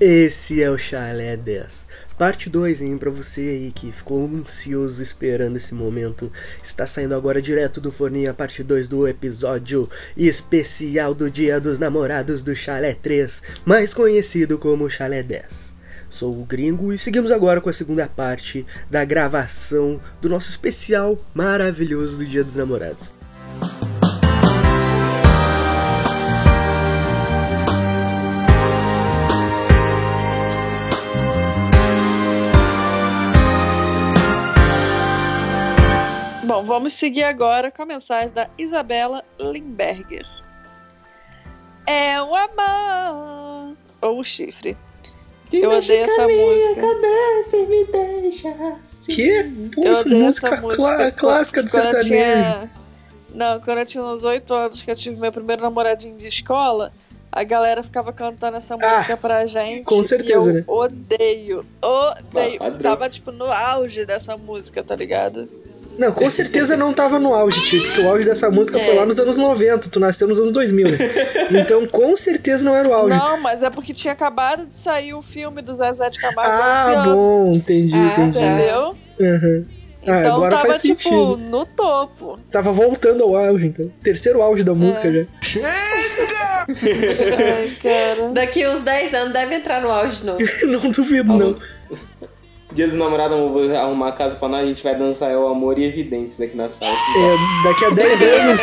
Esse é o Chalé 10. Parte 2, hein, pra você aí que ficou ansioso esperando esse momento. Está saindo agora direto do Forninha, parte 2 do episódio especial do Dia dos Namorados do Chalé 3, mais conhecido como Chalé 10. Sou o Gringo e seguimos agora com a segunda parte da gravação do nosso especial maravilhoso do Dia dos Namorados. Bom, vamos seguir agora com a mensagem da Isabela Limberger. É o amor ou o chifre. Eu odeio essa música. cabeça e me deixa assim. Que Pô, Eu odeio música, essa música clá- quando- clássica do quando eu sertanejo. tinha- Não, quando eu tinha uns 8 anos, que eu tive meu primeiro namoradinho de escola, a galera ficava cantando essa música pra gente. Ah, com e certeza, eu né? Odeio, odeio. Ah, padrão. Tava, tipo, no auge dessa música, tá ligado? Não, com certeza não tava no auge, tio, porque o auge dessa música foi É. lá nos anos 90, tu nasceu nos anos 2000, né? Então, com certeza não era o auge. Não, mas é porque tinha acabado de sair o filme do Zezé de Camargo ah, esse ano, É, bom, entendi, Ah, entendi. tá. entendeu? Aham. Ah, então agora tava, faz tipo, sentido. no topo. Tava voltando ao auge, então. Terceiro auge da música já. Ai, cara. Daqui uns 10 anos deve entrar no auge de novo. não duvido, não. Dia dos namorados, eu vou arrumar a casa pra nós, a gente vai dançar É o Amor e Evidências aqui na sala. É, daqui a 10 anos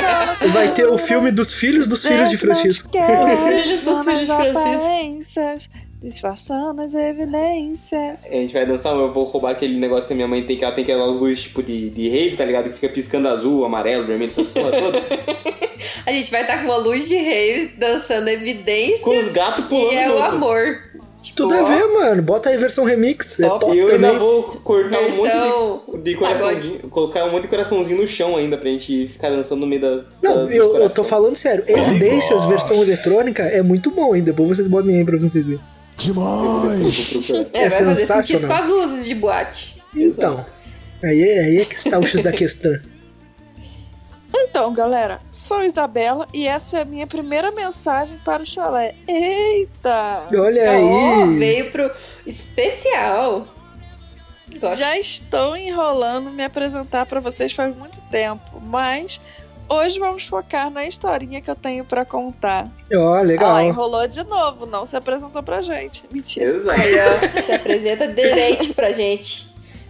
vai ter o filme dos filhos dos filhos de Francisco. Filhos dos filhos de Francisco. Francisco. Disfarçando as evidências. A gente vai dançar, eu vou roubar aquele negócio que a minha mãe tem, que ela tem aquelas luzes tipo de, de rave, tá ligado? Que fica piscando azul, amarelo, vermelho, essas porra toda. A gente vai estar com uma luz de rei dançando evidências. Com os gatos pulando e é o junto. amor. Tipo, Tudo a ó, ver, mano. Bota aí versão remix. É Top. top E eu ainda também. vou cortar Tá um Versão monte de, de coraçãozinho, colocar um monte de coraçãozinho no chão ainda pra gente ficar dançando no meio da, da- Não, dos eu, eu tô corações. falando sério. Evidências, versão eletrônica, é muito bom, hein? Depois vocês botem aí pra vocês verem. Eu vou procurar. É, É vai fazer sentido sensacional. com as luzes de boate. Então, aí, é- aí é que está o X da questão. Então, galera, sou Isabela e essa é a minha primeira mensagem para o chalé. Eita! Olha Ó, aí. veio pro especial. Gosto. Já estou enrolando me apresentar para vocês faz muito tempo, mas hoje vamos focar na historinha que eu tenho para contar. Ó, Ela legal. enrolou de novo, não se apresentou pra gente. Mentira. Exato. Olha, se apresenta direito pra gente.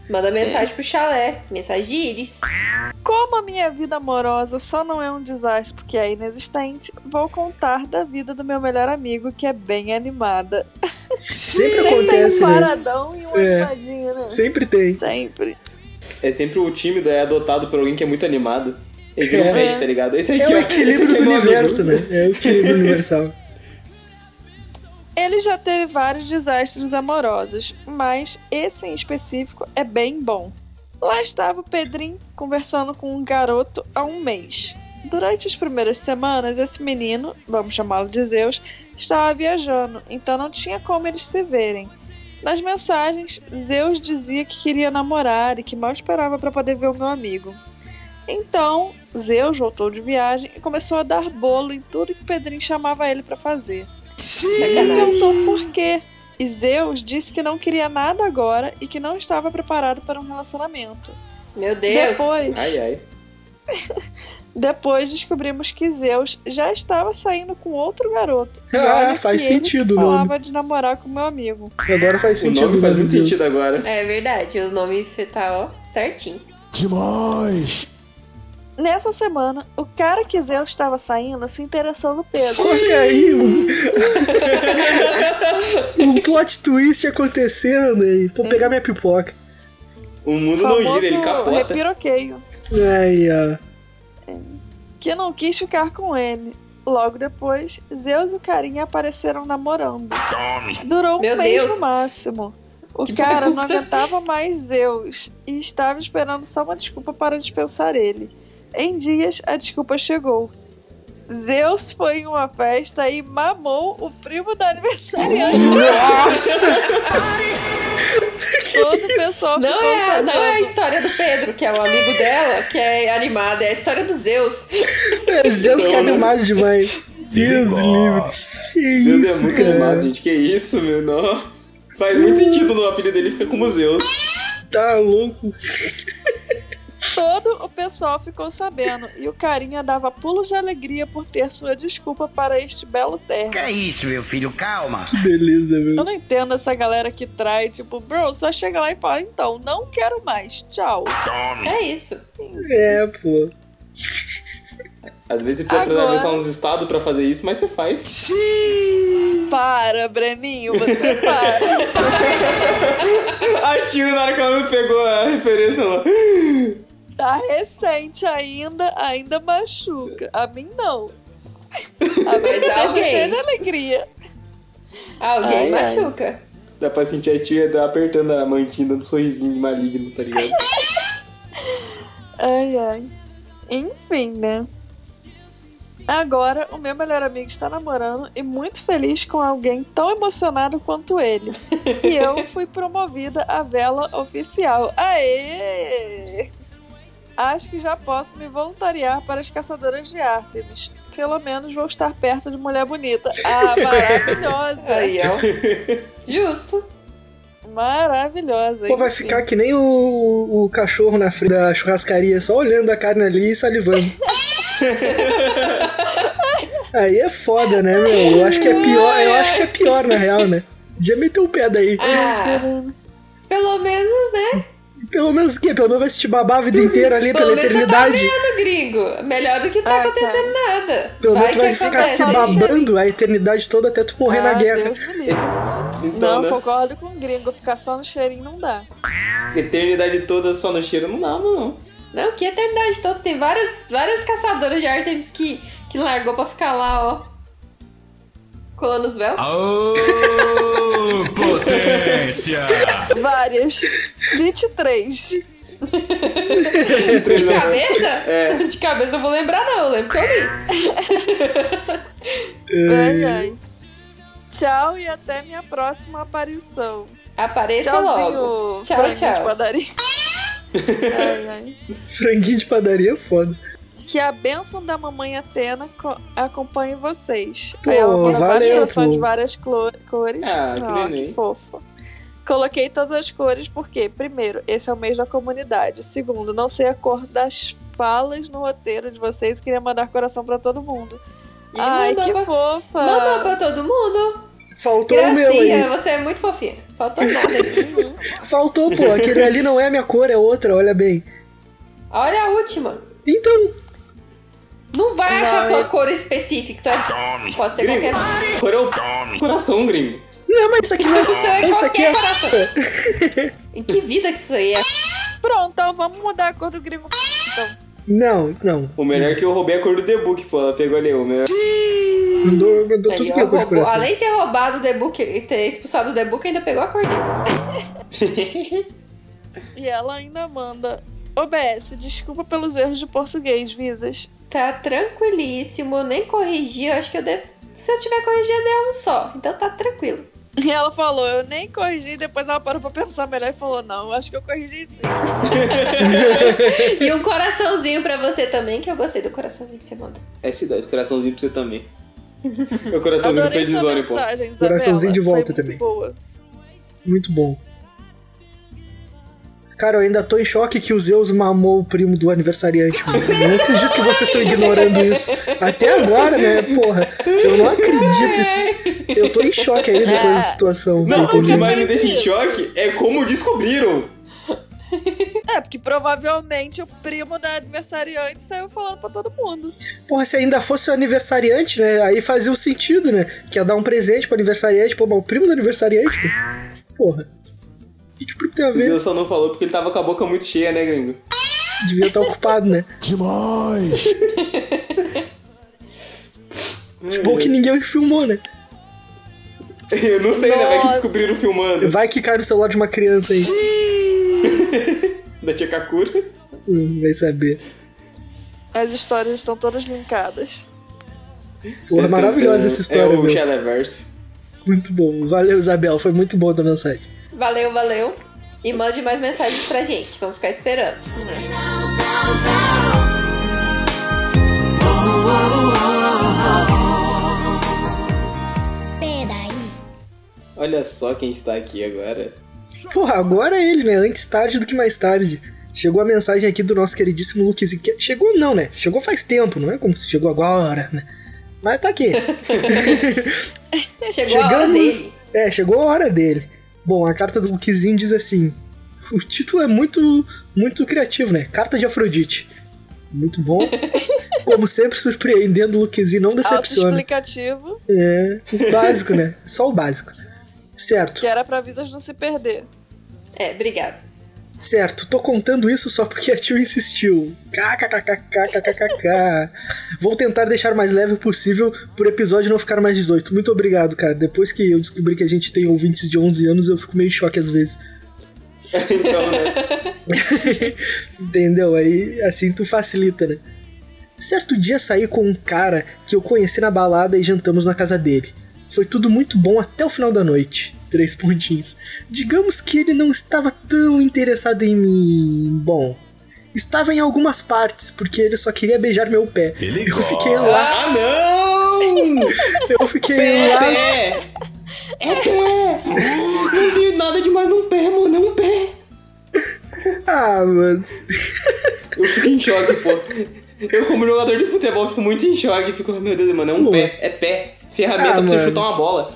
Manda É. mensagem pro chalé. Mensagem de Iris. Como a minha vida amorosa só não é um desastre porque é inexistente, vou contar da vida do meu melhor amigo, que é bem animada. Sempre Sempre tem um acontece, né? paradão e um É. animadinho, né? Sempre tem. Sempre. É sempre o tímido é adotado por alguém que é muito animado. Ele vira É. um pet, tá ligado? Esse aqui É o ó, esse equilíbrio aqui é do meu universo, amigo. né? É o equilíbrio universal. Ele já teve vários desastres amorosos, mas esse em específico é bem bom. Lá estava o Pedrinho conversando com um garoto há um mês. Durante as primeiras semanas, esse menino, vamos chamá-lo de Zeus, estava viajando, então não tinha como eles se verem. Nas mensagens, Zeus dizia que queria namorar e que mal esperava para poder ver o meu amigo. Então, Zeus voltou de viagem e começou a dar bolo em tudo que Pedrinho chamava ele para fazer. Ele perguntou por quê. E Zeus disse que não queria nada agora e que não estava preparado para um relacionamento. Meu Deus. Depois, Ai, é. ai. depois descobrimos que Zeus já estava saindo com outro garoto. E Ah, olha faz que ele sentido o nome. falava de namorar com meu amigo. Agora faz O sentido. nome faz muito meu Deus. sentido agora. É verdade, o nome tá ó, certinho. Nessa semana, o cara que Zeus estava saindo se interessou no Pedro. Olha aí, um... um plot twist acontecendo aí. Vou pegar minha pipoca. O mundo não famoso gira, ele capota. repiroqueio. Aí, ó. que não quis ficar com ele. Logo depois, Zeus e o carinha apareceram namorando. Durou um Meu mês Deus. no máximo. O Que cara não bagunça. aguentava mais Zeus e estava esperando só uma desculpa para dispensar ele. Em dias, a desculpa chegou. Zeus foi em uma festa e mamou o primo da aniversariante. é Todo o pessoal Não ficou é, não é a sabendo. história do Pedro, que é o amigo dela, que é animada, é a história do Zeus. Meu Deus, que animado demais. Deus livre. Que Meu Deus, é isso, muito cara. animado, gente. Que isso, meu? Não. Faz muito sentido no apelido dele fica como Zeus. Tá louco. Todo o pessoal ficou sabendo e o carinha dava pulos de alegria por ter sua desculpa para este belo termo. Que é isso, meu filho? Calma. Que beleza, meu. Eu não entendo essa galera que trai, tipo, bro, só chega lá e fala, então, não quero mais, tchau. É isso. É, pô. Às vezes você precisa Agora. atravessar uns estados pra fazer isso, mas você faz. Para, Breninho, você para. A Tio, na hora que ela não pegou a referência, ela. Tá recente ainda, ainda machuca. A mim não. A mim Ah, Mas me deixa alguém. cheia de alegria. Alguém Ai, ai. machuca. Dá pra sentir a Tio apertando a mantinha, dando um sorrisinho maligno, tá ligado? Ai, ai. Enfim, né? Agora, o meu melhor amigo está namorando e muito feliz com alguém tão emocionado quanto ele. E eu fui promovida à vela oficial. Aê! Acho que já posso me voluntariar para as caçadoras de Ártemis. Pelo menos vou estar perto de mulher bonita. Ah, maravilhosa! Aí, ó. Justo. Maravilhosa. Pô, vai enfim. ficar que nem o, o cachorro na frente da churrascaria, só olhando a carne ali e salivando. Aí é foda, né, meu? Eu acho que é pior, eu acho que é pior, na real, né? Já meteu o pé daí. Ah, pelo menos, né? Pelo menos o quê? Pelo menos vai se te babar a vida inteira ali pela Pelo menos você tá eternidade. vendo, gringo. Melhor do que tá Ah, acontecendo nada. Pelo menos tu vai que ficar se acontece. babando a eternidade toda até tu morrer na Ah, guerra. Deus me livre. Então, não, né? concordo com o gringo. Ficar só no cheirinho não dá. Eternidade toda só no cheiro não dá, mano. Não, que eternidade toda. Tem várias, várias caçadoras de Artemis que, que largou pra ficar lá, ó. Colando os véus. Aô, potência! Várias. Cite três. De cabeça? É. De cabeça eu vou lembrar, não. Eu lembro que eu li. Ai, ai. Tchau e até minha próxima aparição. Apareça Tchauzinho, logo. Tchau, franguinho tchau. de padaria. Ai, ai. Franguinho de padaria é foda. Que a bênção da mamãe Atena co- acompanhe vocês. Pô, Aí ela botou valeu, variação pô. de várias clo- cores. Ah, que Ó, neném. que fofo. Coloquei todas as cores porque, primeiro, esse é o mês da comunidade. Segundo, não sei a cor das falas no roteiro de vocês e queria mandar coração pra todo mundo. E Ai, mandou que pra- fofa. Mandou pra todo mundo. Faltou o meu Gracinha, aí. você é muito fofinha. Faltou nada aqui. Faltou, pô. Aquele ali não é minha cor, é outra, olha bem. Olha a última. Então, Não vai Não, achar sua eu- cor específica. Então é- Tome, pode ser Gringo. qualquer. Cor é o coração, gringo. não, mas isso aqui não Isso é. é Isso aqui é. qualquer coração. Em que vida que isso aí é? Pronto, então vamos mudar a cor do gringo. Então, Não, não. O melhor é que eu roubei a cor do The Book, pô. Ela pegou ali. O melhor. Mandou, mandou Aí, tudo ó, que eu gosto de roubou- coração. Além de ter roubado o The Book e ter expulsado o The Book, ainda pegou a cor dele. e ela ainda manda. OBS, desculpa pelos erros de português, Visas. Tá tranquilíssimo, nem corrigi. Eu acho que eu devo. Se eu tiver corrigido, eu dei um só. Então tá tranquilo. E ela falou, eu nem corrigi, depois ela parou pra pensar melhor e falou, não, eu acho que eu corrigi sim. E um coraçãozinho pra você também, que eu gostei do coraçãozinho que você mandou. S10, coraçãozinho pra você também. Meu coraçãozinho Adorei foi de sua zone, pô. mensagem, Isabela. Coraçãozinho de volta Foi muito também. boa. Muito bom. Cara, eu ainda tô em choque que o Zeus mamou o primo do aniversariante. mano. Eu não acredito que vocês estão ignorando isso. Até agora, né? Porra, eu não acredito. Isso. Eu tô em choque ainda com É. essa situação. Não, o que entendeu? mais me deixa em Isso. choque é como descobriram. É, porque provavelmente o primo da aniversariante saiu falando pra todo mundo. Porra, se ainda fosse o aniversariante, né? Aí fazia o sentido, né? Que ia dar um presente pro aniversariante, pô, mas o primo do aniversariante, pô. porra. O que, que o primo tem a O ver? Zeus só não falou porque ele tava com a boca muito cheia, né, gringo? Devia estar ocupado, né? Demais! Que bom que ninguém filmou, né? Eu não sei, né? Vai que Nossa. descobriram filmando. Vai que cai no celular de uma criança aí. Da Tia Kakura. É Hum, Vai saber. As histórias estão todas linkadas. Porra, maravilhosa essa história, É o meu. Shadowverse. Muito bom. Valeu, Isabel. Foi muito bom a tua mensagem. Valeu, valeu. E mande mais mensagens pra gente. Vamos ficar esperando. Né? Olha só quem está aqui agora. Porra, agora é ele, né? Antes tarde do que mais tarde. Chegou a mensagem aqui do nosso queridíssimo Luquezinho. que- Chegou não, né? Chegou faz tempo, não é como se chegou agora, né? Mas tá aqui. Chegou a hora Chegamos. dele. É, chegou a hora dele. Bom, a carta do Luquezinho diz assim. O título é muito, muito criativo, né? Carta de Afrodite. Muito bom. Como sempre, surpreendendo o Luquezinho, não decepciona. Autoexplicativo, É, o básico, né? Só o básico. Certo. que era pra Visas não se perder. É, obrigado. Certo, tô contando isso só porque a tio insistiu. KKKKKKKKK. Vou tentar deixar mais leve possível pro episódio não ficar mais 18. Muito obrigado, cara. Depois que eu descobri que a gente tem ouvintes de 11 anos, eu fico meio em choque às vezes. Então, né? Entendeu? Aí assim tu facilita, né? Certo dia saí com um cara que eu conheci na balada e jantamos na casa dele. Foi tudo muito bom até o final da noite. Três pontinhos. Digamos que ele não estava tão interessado em mim. Bom, estava em algumas partes, porque ele só queria beijar meu pé. Ele Eu fiquei lá, Ah, não! eu fiquei lá. É. Pé! É pé! Não tem nada demais num pé, mano. É um pé. Ah, mano. Eu fico em choque, pô. Eu, como jogador de futebol, fico muito em choque. Fico, meu Deus, mano, é um Pô. pé. É pé. Ferramenta Ah, pra você mano. chutar uma bola.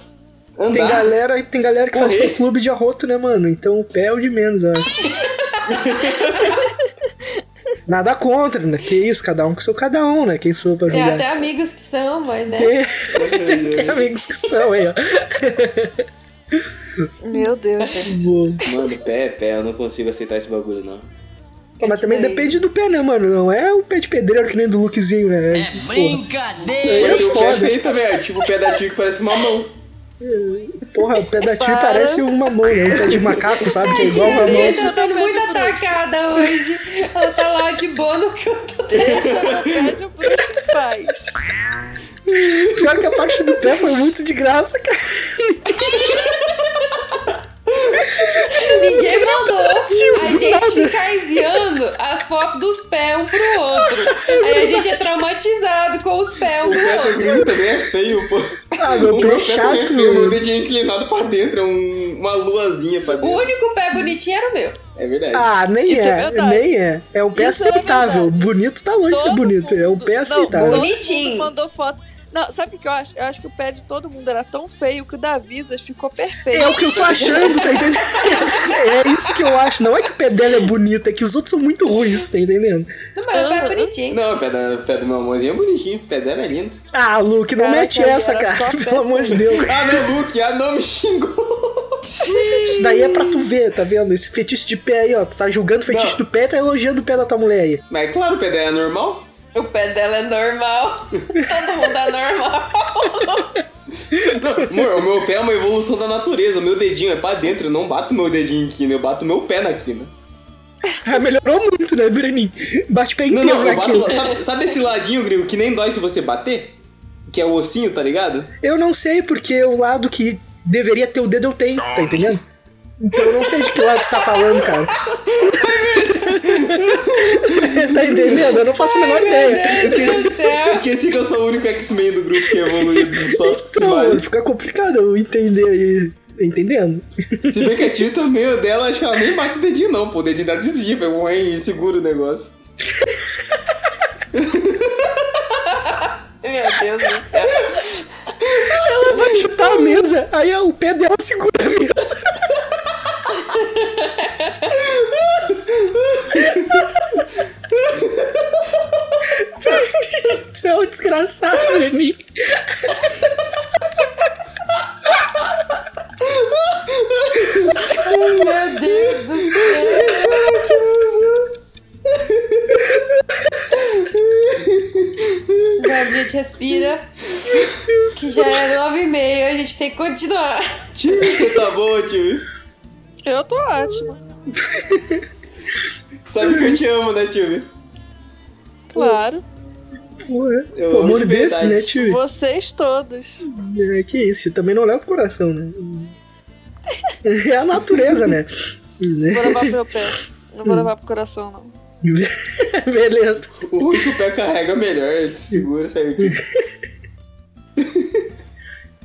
Tem Andar. galera, tem galera que faz Correr. fã clube de arroto, né, mano? Então o pé é o de menos, eu acho. Nada contra, né? Que isso, cada um com seu cada um, né? Quem sou pra Tem julgar. É, até amigos que são, mas né? Tem, tem amigos que são aí, ó. Meu Deus, gente. Boa. Mano, pé é pé. Eu não consigo aceitar esse bagulho, não. Pô, Mas também depende do pé, né, mano? Não é o pé de pedreiro que nem do lookzinho, né? É Brincadeira! É Tem o um pé foda. feio também, ó, tipo o pé da tia que parece uma mão. Porra, o pé da tia Para. parece uma mão, né? O pé de macaco, sabe? Que é igual uma mão. Gente, eu tô muito atacada hoje. Ela tá lá de boa no canto dela. Deixa meu pé de bruxo em paz. Pior que a parte do pé foi muito de graça, cara. Ninguém mandou. tio, A do gente nada. fica enviando as fotos dos pés um pro outro. Aí a gente é traumatizado com os pés um O pé pro do outro. gringo também é feio, pô. Ah, meu o pé é meu pé também é chato, feio, meu mano. dedinho inclinado pra dentro, é um- uma luazinha pra O dentro. único pé bonitinho era o meu. É verdade. Ah, nem Isso é é, verdade. nem é. É um pé Isso é aceitável. verdade. bonito tá longe de ser Todo bonito. É um mundo- pé Não, aceitável. todo mundo Bonitinho. mandou foto. Não, sabe o que eu acho? Eu acho que o pé de todo mundo era tão feio que o da Visas ficou perfeito. É o que eu tô achando, tá entendendo? É isso que eu acho. Não é que o pé dela é bonito, é que os outros são muito ruins, tá entendendo? Não, mas o pé é bonitinho. Não, o pé, da, o pé do meu amorzinho é bonitinho, o pé dela é lindo. Ah, Luke, não Cara, mete cara, essa, era cara. só Pelo pé. amor de Deus. Ah, não, Luke, ah, não, me xingou. Isso daí é pra tu ver, tá vendo? Esse fetiche de pé aí, ó. Tu tá julgando o fetiche Não. do pé, tá elogiando o pé da tua mulher aí. Mas claro, o pé dela é normal. O pé dela é normal. Todo mundo é normal. Não, amor, o meu pé é uma evolução da natureza. O meu dedinho é pra dentro, eu não bato meu dedinho em quina, eu bato meu pé né? na quina. Ah, melhorou muito, né, Biranin? Bate pé Não, inteiro não, eu naquilo. bato. Sabe, sabe esse ladinho, gringo, que nem dói se você bater? Que é o ossinho, tá ligado? Eu não sei porque o lado que deveria ter o dedo eu tenho, tá entendendo? Então eu não sei de que lado tu tá falando, cara. tá entendendo? Eu não faço a menor ideia. Meu Deus do céu. Esqueci que eu sou o único X-Men do grupo que evoluiu só se Então, mano, vale. fica complicado eu entender aí. tá Entendendo? Se bem que a tia também, o dela, acho que ela nem bate o dedinho, não, pô. O dedinho dela desvia, foi um e segura o negócio. Meu Deus do céu. Ela vai chutar a mesa, aí o pé dela segura a mesa. Você é um desgraçado, Lenin. Meu Deus do céu. Gabriel, respira. Que já é nove e meia, a gente tem que continuar. Tio, você tá bom, tio? Eu tô ótima. Sabe que eu te amo, né, tio? Claro. Porra, Eu pô, amo amor de desse, verdade. né, tio? Vocês todos. É, que isso, eu também não leva pro coração, né? É a natureza, né? Vou levar pro meu pé. Não Hum. vou levar pro coração, não. Beleza. O ruim é que o pé carrega melhor, ele se segura certinho.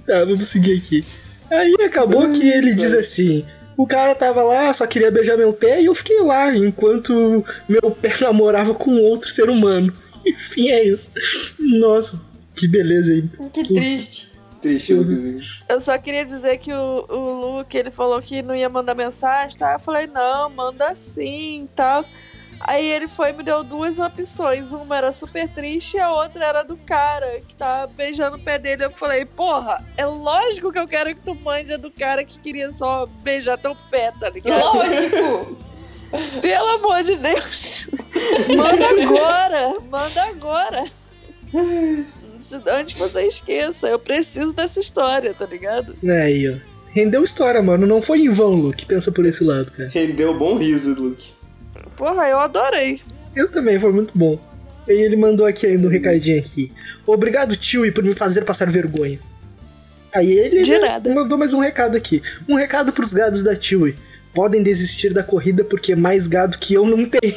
Tá, vamos seguir aqui. Aí acabou que ele diz assim: o cara tava lá, só queria beijar meu pé e eu fiquei lá enquanto meu pé namorava com outro ser humano. Enfim, é isso. Nossa, que beleza aí. Que triste. Triste, Lukezinho. Eu só queria dizer que o, o Luke, ele falou que não ia mandar mensagem, tá? Eu falei, não, manda sim e tal. Aí ele foi e me deu duas opções. Uma era super triste e a outra era do cara que tava beijando o pé dele. Eu falei, porra, é lógico que eu quero que tu mande a do cara que queria só beijar teu pé, tá ligado? Lógico. Pelo amor de Deus! Manda agora! Manda agora! Antes que você esqueça, eu preciso dessa história, tá ligado? Aí, ó. Rendeu história, mano. Não foi em vão, Luke. Pensa por esse lado, cara. Rendeu bom riso, Luke. Porra, eu adorei. Eu também, foi muito bom. E ele mandou aqui ainda Uhum. um recadinho aqui. Obrigado, tio, por me fazer passar vergonha. Aí ele De nada. mandou mais um recado aqui. Um recado pros gados da Tiwi. Podem desistir da corrida porque mais gado que eu não tem.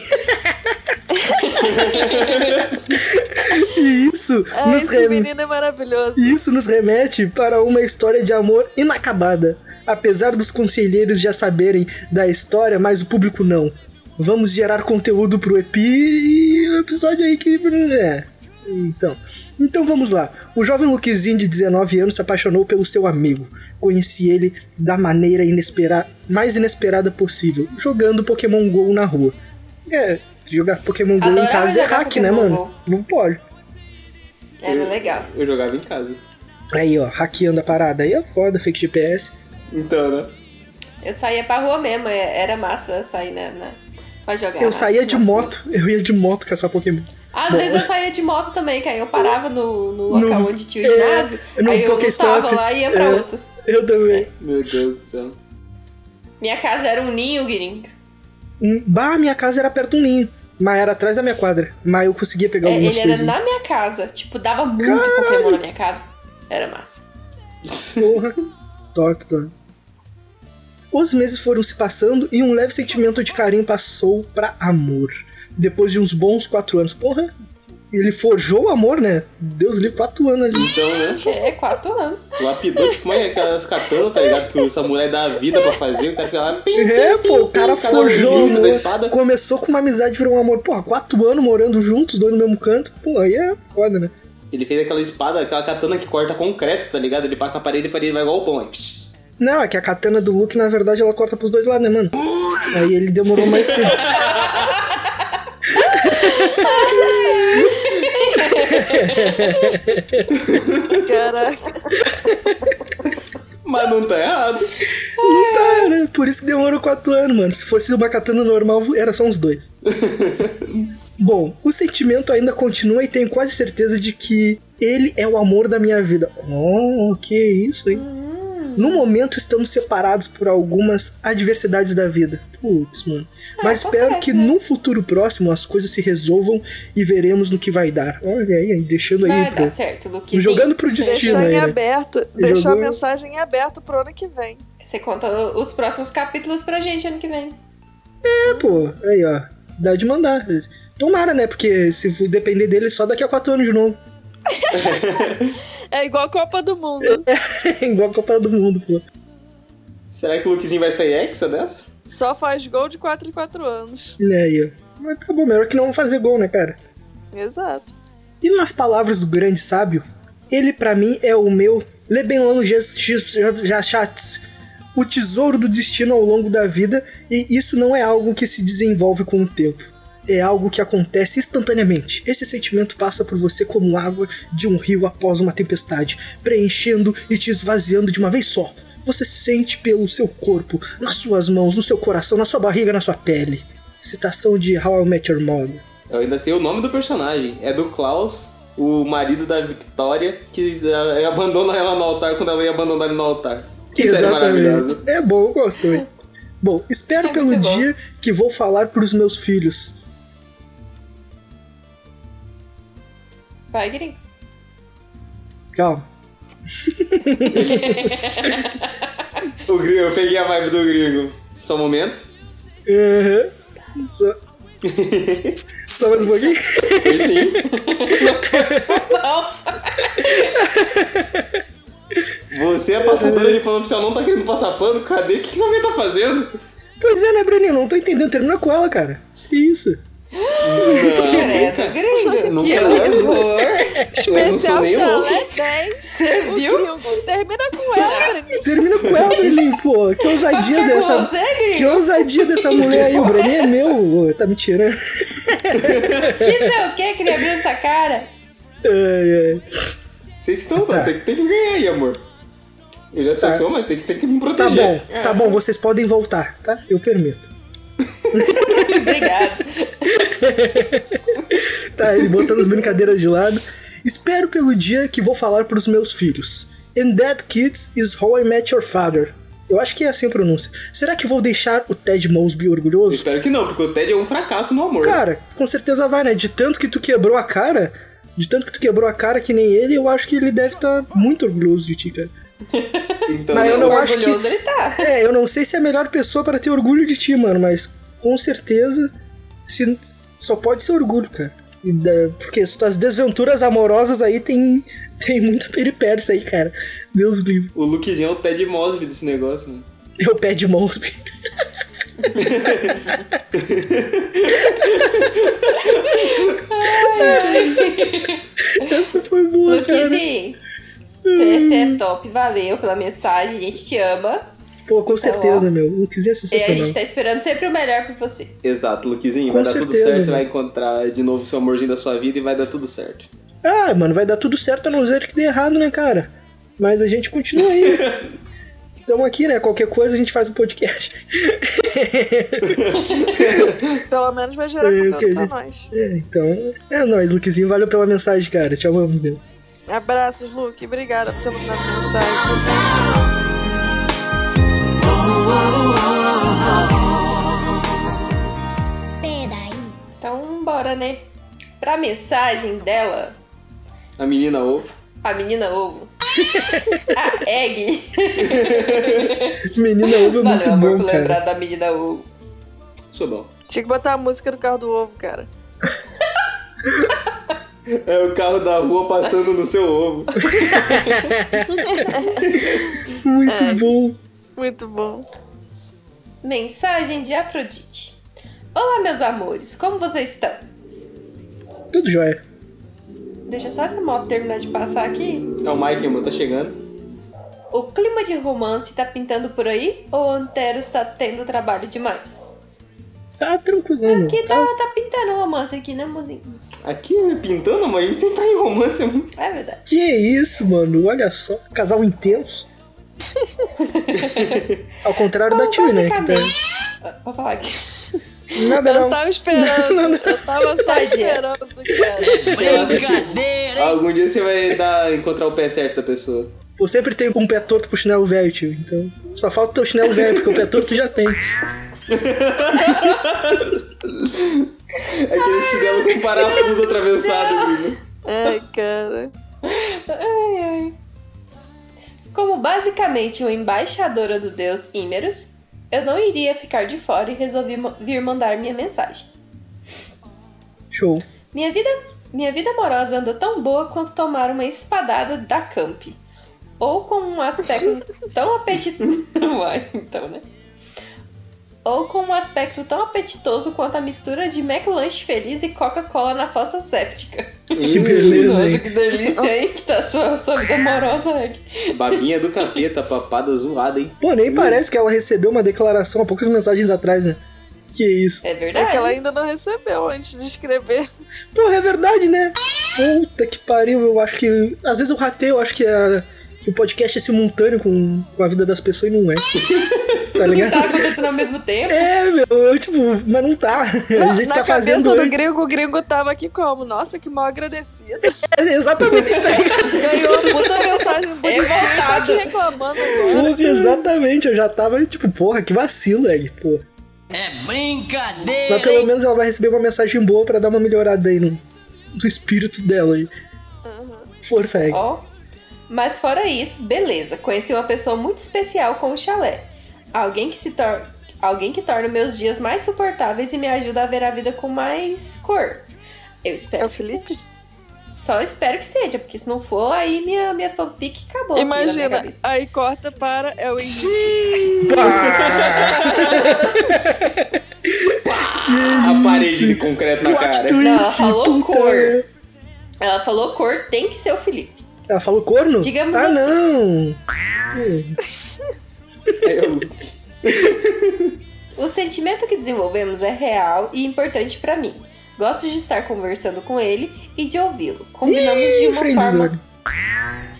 e isso Ah, nos esse remete... menino é maravilhoso. E isso nos remete para uma história de amor inacabada. Apesar dos conselheiros já saberem da história, mas o público não. Vamos gerar conteúdo pro EPI e o episódio aí que. É. Então. Então vamos lá. O jovem Luquezinho de 19 anos se apaixonou pelo seu amigo. Conheci ele da maneira inespera... mais inesperada possível, jogando Pokémon GO na rua. É, jogar Pokémon GO em Adorava casa é jogar hack, né, Pokémon mano? Não pode. Era É, né, legal. Eu jogava em casa. Aí, ó, hackeando a parada. Aí é foda, fake GPS. Então, né? Eu saía pra rua mesmo, é- era massa sair na, na, pra jogar. Eu nas- saía de nas moto, eu ia de moto caçar Pokémon. Às Bom. vezes eu saía de moto também, que aí eu parava no, no local No- onde tinha é, o ginásio, no aí eu Pokéstop, lutava lá e ia pra é. outro. Eu É. também. Meu Deus do céu. Minha casa era um ninho, Guirinho. Hum, Bah, minha casa era perto de um ninho, mas era atrás da minha quadra. Mas eu conseguia pegar É, algumas ele era coisinhas. na minha casa. Tipo, dava muito Pokémon na minha casa. Era massa. Porra. Top, top. Os meses foram se passando e um leve sentimento de carinho passou pra amor. Depois de uns bons quatro anos. Porra, ele forjou o amor, né? Deus livre, quatro anos ali. Então, né? É, quatro anos. Lapidou, tipo, mãe, aquelas katanas, tá ligado? Que o samurai dá a vida pra fazer, o cara fica lá. pim, É, pô, o cara Cada um forjou o junto da amor. espada. Começou com uma amizade, virou um amor. Porra, quatro anos morando juntos, dois no mesmo canto. Pô, aí é foda, né? Ele fez aquela espada, aquela katana que corta concreto, tá ligado? Ele passa na parede e a parede vai igual o pão. Aí. psh. Não, é que a katana do Luke, na verdade, ela corta pros dois lados, né, mano? Aí ele demorou mais tempo. Caraca. Mas não tá errado. Não tá, né? Por isso que demorou quatro anos, mano. Se fosse uma katana normal, era só uns dois. Bom, o sentimento ainda continua e tenho quase certeza de que ele é o amor da minha vida. Oh, que isso, hein? Hum. No momento estamos separados por algumas adversidades da vida. Putz, mano. É, Mas espero que né? no futuro próximo as coisas se resolvam e veremos no que vai dar. Olha aí, deixando aí Vai pro- dar certo, Luquezinho. jogando pro destino É, Deixou aí. em né? aberto. Deixou a Jogou- mensagem em aberto pro ano que vem. Você conta os próximos capítulos pra gente ano que vem. pô, aí ó, dá de mandar. Tomara, né? Porque se for depender dele, só daqui a quatro anos de novo. É igual a Copa do Mundo. É. Igual a Copa do Mundo, pô. Será que o Lukezinho vai sair hexa dessa? Só faz gol de 4 em 4 anos. E aí, ó. Mas tá bom, melhor que não fazer gol, né, cara? Exato. E nas palavras do grande sábio, ele pra mim é o meu Lebenlano Jachats, o tesouro do destino ao longo da vida, e isso não é algo que se desenvolve com o tempo. É algo que acontece instantaneamente. Esse sentimento passa por você como água de um rio após uma tempestade, preenchendo e te esvaziando de uma vez só. Você sente pelo seu corpo, nas suas mãos, no seu coração, na sua barriga, na sua pele. Citação de How I Met Your Mother. Eu ainda sei o nome do personagem. É do Klaus, o marido da Victoria, que ah, abandona ela no altar quando ela ia abandonar ele no altar. Que série maravilhosa. É bom, eu gosto também. Bom, espero É pelo muito bom. dia que vou falar pros meus filhos. Vai, Guirinho. Calma. O gringo, eu peguei a vibe do gringo. Só um momento. Uhum. Só... Só mais um pouquinho? Foi sim. Não. Você, a passadora de pano oficial, não tá querendo passar pano? Cadê? O que que essa mulher tá fazendo? Pois é, né, Bruninho? Não tô entendendo. Termina com ela, cara. Que isso? Credo, gringo. Não que quero. horror. Eu não sou Especial nem louco. Chalé 10. Você viu? Viu? Termina com ela, Bruninho. Termina com ela, Bruninho, pô. Que ousadia Fica com dessa. você, Que gringo. ousadia dessa mulher aí. O Bruninho é meu, ô, tá me tirando. Que sei é o que, queria abrir essa cara? Ai, ai. Vocês estão, Tá. tá. você que tem que ganhar aí, amor. Eu já sou Tá. seu, mas tem que, tem que me Tá proteger. bom, tá bom, vocês podem voltar, tá? Eu permito. Obrigada. Tá, ele botando as brincadeiras de lado. Espero pelo dia que vou falar pros meus filhos. And that kids is how I met your father. Eu acho que é assim a pronúncia. Será que vou deixar o Ted Mosby Eu orgulhoso? espero que não, porque o Ted é um fracasso no amor. Cara, com certeza vai, né? De tanto que tu quebrou a cara, de tanto que tu quebrou a cara que nem ele, eu acho que ele deve estar muito orgulhoso de ti, cara. então, mas eu não acho que- Orgulhoso ele tá. É, eu não sei se é a melhor pessoa para ter orgulho de ti, mano, mas com certeza se- só pode ser orgulho, cara. E da- Porque suas desventuras amorosas aí tem, tem muita peripécia aí, cara. Deus livre. O Lukezinho é o Ted Mosby desse negócio, mano. Eu pé de Mosby. Essa foi boa, cara. Luquizinho, você é top. Valeu pela mensagem. A gente te ama. Pô, com certeza, meu. Não quiser E a gente sensacional. tá esperando sempre o melhor pra você. Exato, Lukezinho, Com vai dar tudo certeza, certo, mano. você vai encontrar de novo seu amorzinho da sua vida e vai dar tudo certo. Ah, mano, vai dar tudo certo a não ser que dê errado, né, cara? Mas a gente continua aí. Estamos aqui, né? Qualquer coisa a gente faz um podcast. Pelo menos vai gerar É, eu conteúdo pra queria- nós. É, então, é nóis, Luquezinho. Valeu pela mensagem, cara. Te amo, meu. Abraços, Luke. Obrigada por ter mandado mensagem. Então, bora, né? Pra mensagem dela, A menina ovo. a menina ovo. a Egg. Menina Uva é muito Valeu, amor, bom, por cara. lembrar da menina ovo. Sou bom. Tinha que botar a música do carro do ovo, cara. É o carro da rua passando no seu ovo. Muito É. bom. Muito bom. Mensagem de Afrodite. Olá, meus amores, como vocês estão? Tudo jóia. Deixa só essa moto terminar de passar aqui. É o Mike, irmão, tá chegando. O clima de romance tá pintando por aí ou o Antero está tendo trabalho demais? Tá tranquilo, mano. Aqui tá, tá pintando romance aqui, né, mozinho? Aqui é pintando, mãe, você tá em romance, mano. É verdade. Que isso, mano? Olha só. Casal intenso. Ao contrário da Tio, né? que tá- Então, basicamente. tá. Ah, Vou falar aqui. Nada Eu não. tava esperando. Não, não, Eu tava só Tadinha. esperando, cara. Algum dia você vai dar, encontrar o pé certo da pessoa. Eu sempre tenho um pé torto pro chinelo velho, tio. Então, só falta o teu chinelo velho, porque o pé torto tu já tem. Aquele chinelo com um parafuso atravessado, Bruno. Ai, cara. Ai, ai. Como basicamente uma embaixadora do deus Ímeros, eu não iria ficar de fora e resolvi ma- vir mandar minha mensagem. Show. Minha vida, minha vida amorosa anda tão boa quanto tomar uma espadada da Camp. Ou com um aspecto tão apetitoso. Vai, então, né? Ou com um aspecto tão apetitoso quanto a mistura de McLanche feliz e Coca-Cola na fossa séptica. Que beleza, Nossa, hein? que delícia, hein? Que tá sua, sua vida amorosa, né? Babinha do capeta, papada zoada, hein? Pô, nem parece que ela recebeu uma declaração há poucas mensagens atrás, né? Que isso. É verdade. É que ela ainda não recebeu antes de escrever. Porra, é verdade, né? Puta que pariu, eu acho que. Às vezes eu rateio, eu acho que, a- que o podcast é simultâneo com, com a vida das pessoas e não é. Tá Não tá ligado? acontecendo ao mesmo tempo. É, meu, eu, tipo, mas não tá. a Não, gente na tá cabeça fazendo. do antes. gringo, o gringo tava aqui como? Nossa, que mal agradecido. É, exatamente isso, tá ligado? Ganhou uma puta mensagem bonitinha. e Tá aqui reclamando um agora. Porra, exatamente, eu já tava, tipo, porra, que vacilo, Egg, porra. É brincadeira, Mas pelo menos ela vai receber uma mensagem boa pra dar uma melhorada aí no, no espírito dela aí. Uhum. Força, Egg. Ó. Mas fora isso, beleza. Conheci uma pessoa muito especial com o chalé. Alguém que se torna. Alguém que torna meus dias mais suportáveis e me ajuda a ver a vida com mais cor. Eu espero. É o Felipe? que Só espero que seja, porque se não for, aí minha, minha fanfic acabou. aqui na minha Imagina, cabeça. aí corta para é o Henrique. A parede de concreto na Plot cara. twist, Não, ela falou puta. cor. Ela falou cor, tem que ser o Felipe. Ela falou corno? Digamos ah, assim. não. Eu- O sentimento que desenvolvemos é real e importante pra mim. Gosto de estar conversando com ele e de ouvi-lo. Combinamos de uma forma. friendzone.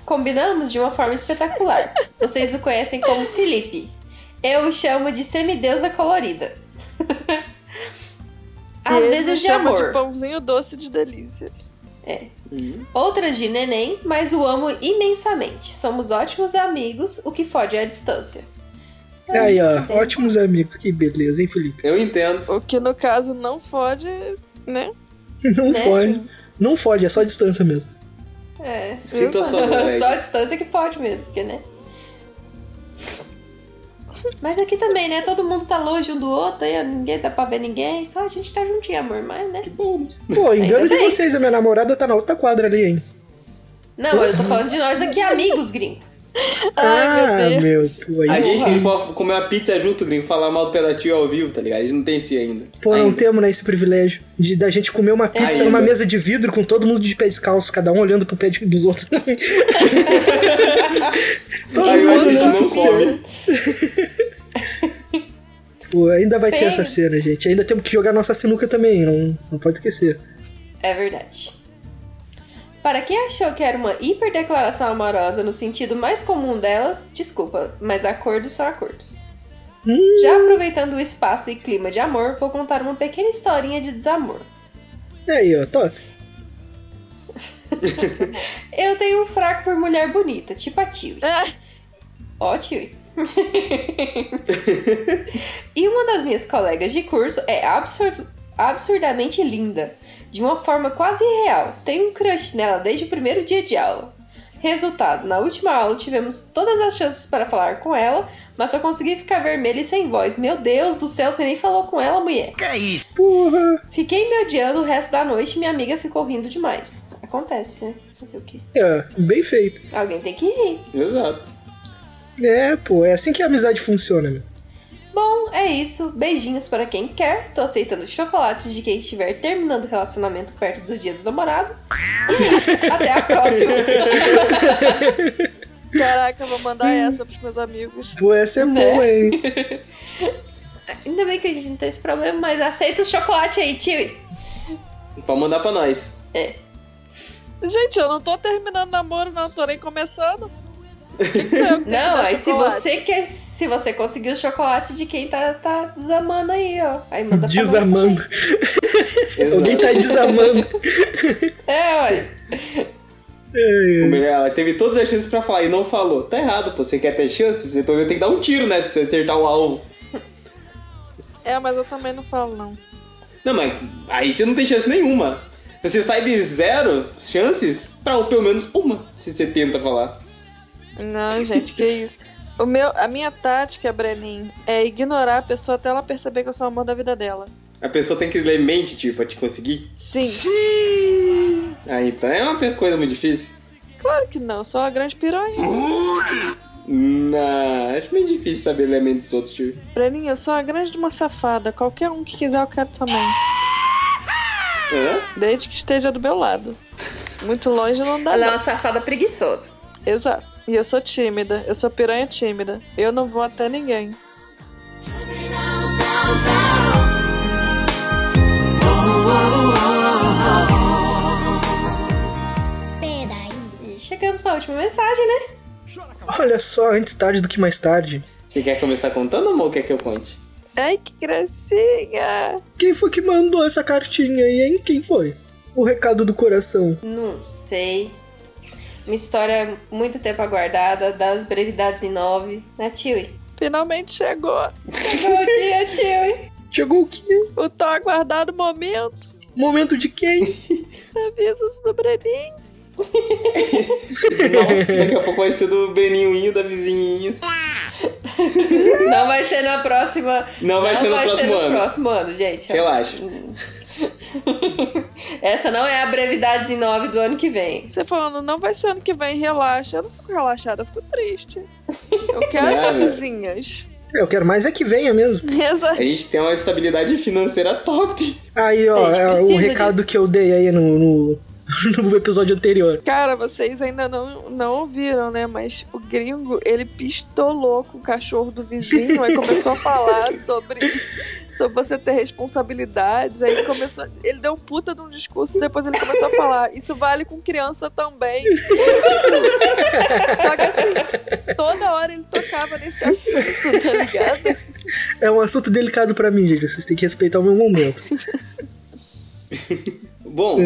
Combinamos de uma forma espetacular. Vocês o conhecem como Felipe. Eu o chamo de semideusa colorida. Às Ele vezes é de chama amor, de pãozinho doce de delícia. outras de neném, mas o amo imensamente. Somos ótimos amigos, o que fode é a distância. Aí, ó. Tem- Ótimos amigos. Que beleza, hein, Felipe? Eu entendo. O que no caso não fode, né? Não Né? fode. Não fode, é só distância mesmo. É. tá Sinto a sua dor, Só a velho. distância que pode mesmo, porque, né? Mas aqui também, né? Todo mundo tá longe um do outro, aí ninguém dá pra ver ninguém, só a gente tá juntinho, amor, mas, né? Que bom, né? Pô, engano de bem. vocês, a minha namorada tá na outra quadra ali, hein? Não, eu tô falando de nós aqui, amigos, gringo. ah, Ai, meu Deus. pô, aí A gente sim. que pode comer uma pizza junto, gringo, falar mal do pedatinho ao vivo, tá ligado? A gente não tem esse ainda. Pô, não Ainda. temos, né, esse privilégio de da gente comer uma pizza Ainda. numa mesa de vidro com todo mundo de pé descalço, cada um olhando pro pé de- dos outros. todo Aí mundo a gente olhando não pros pés. come. Pô, ainda vai ter Bem. essa cena, gente. Ainda temos que jogar nossa sinuca também, não, não pode esquecer. É verdade. Para quem achou que era uma hiperdeclaração amorosa no sentido mais comum delas, desculpa, mas acordos são acordos. Já aproveitando o espaço e clima de amor, vou contar uma pequena historinha de desamor. Aí, ó, top. Eu tenho um fraco por mulher bonita, tipo a Tiwi. É, Ó, Tiwi. e uma das minhas colegas de curso é absur- absurdamente linda, de uma forma quase real. Tenho um crush nela desde o primeiro dia de aula. Resultado, na última aula tivemos todas as chances para falar com ela, mas só consegui ficar vermelha e sem voz. Meu Deus do céu, você nem falou com ela, mulher. Que é isso? Fiquei me odiando o resto da noite e minha amiga ficou rindo demais. Acontece, né? Fazer o quê? É, bem feito. Alguém tem que rir. Exato. É, pô, é assim que a amizade funciona, meu. Bom, é isso. Beijinhos para quem quer. Tô aceitando chocolates de quem estiver terminando o relacionamento perto do dia dos namorados. E é isso. Até a próxima. caraca, eu vou mandar essa pros meus amigos. Pô, essa é boa, hein? Ainda bem que a gente não tem esse problema, mas aceita o chocolate aí, tio. Pra mandar pra nós. Gente, eu não tô terminando namoro, não, tô nem começando. O que, que sou eu que tenho que Não, dar aí se chocolate? você quer. Se você conseguir o chocolate de quem tá, tá desamando aí, ó. Aí manda pra nós Desamando. Exato. Alguém tá desamando. também. É, olha. O melhor, Ela teve todas as chances pra falar e não falou. Tá errado, pô. Você quer ter chance? Você pelo menos tem que dar um tiro, né? Pra você acertar o alvo. É, mas eu também não falo, não. Não, mas aí você não tem chance nenhuma. Você sai de zero chances pra pelo menos uma, se você tenta falar. Não, gente, que isso. O meu, a minha tática, Brenin, é ignorar a pessoa até ela perceber que eu sou o amor da vida dela. A pessoa tem que ler mente, tipo, pra te conseguir. Sim, Ah, então é uma pe- coisa muito difícil. claro que não, sou a grande piranha. Não, acho meio difícil saber ler a mente dos outros, tipo. Brenin, eu sou a grande de uma safada. Qualquer um que quiser, eu quero também. Hã? Desde que esteja do meu lado. Muito longe não dá. Ela é Não. uma safada preguiçosa. Exato. E eu sou tímida, eu sou piranha tímida. Eu não vou até ninguém. Peraí. E chegamos à última mensagem, né? Olha só, antes tarde do que mais tarde. Você quer começar contando, amor, ou quer que eu conte? Ai, que gracinha! Quem foi que mandou essa cartinha aí, hein? Quem foi? O recado do coração. Não sei. Uma história muito tempo aguardada, das brevidades em nove. Né, Na Tiwi. Finalmente chegou Chegou aqui, a Tiwi. Chegou o quê? o tão aguardado momento. Momento de quem? Avisos do Brenin. Nossa, daqui a pouco vai ser do Breninho da vizinhinha. Não vai ser na próxima. Não vai ser no próximo ano. próximo ano, gente. Relaxa. Essa não é a brevidade 19 do ano que vem. Você falando, não vai ser ano que vem, relaxa. Eu não fico relaxada, eu fico triste. Eu quero É, uma velho. vizinhas. Eu quero mais é que venha mesmo. Exato. A gente tem uma estabilidade financeira top. Aí, ó, A gente é o precisa recado disso. que eu dei aí no, no, no episódio anterior. Cara, vocês ainda não, não ouviram, né? Mas o gringo, ele pistolou com o cachorro do vizinho aí começou a falar sobre, sobre você ter responsabilidades. Aí ele começou. Ele deu um puta de um discurso e depois ele começou a falar. Isso vale com criança também. Só que assim, toda hora ele tocava nesse assunto, tá ligado? É um assunto delicado pra mim, gente. Vocês têm que respeitar o meu momento. Bom,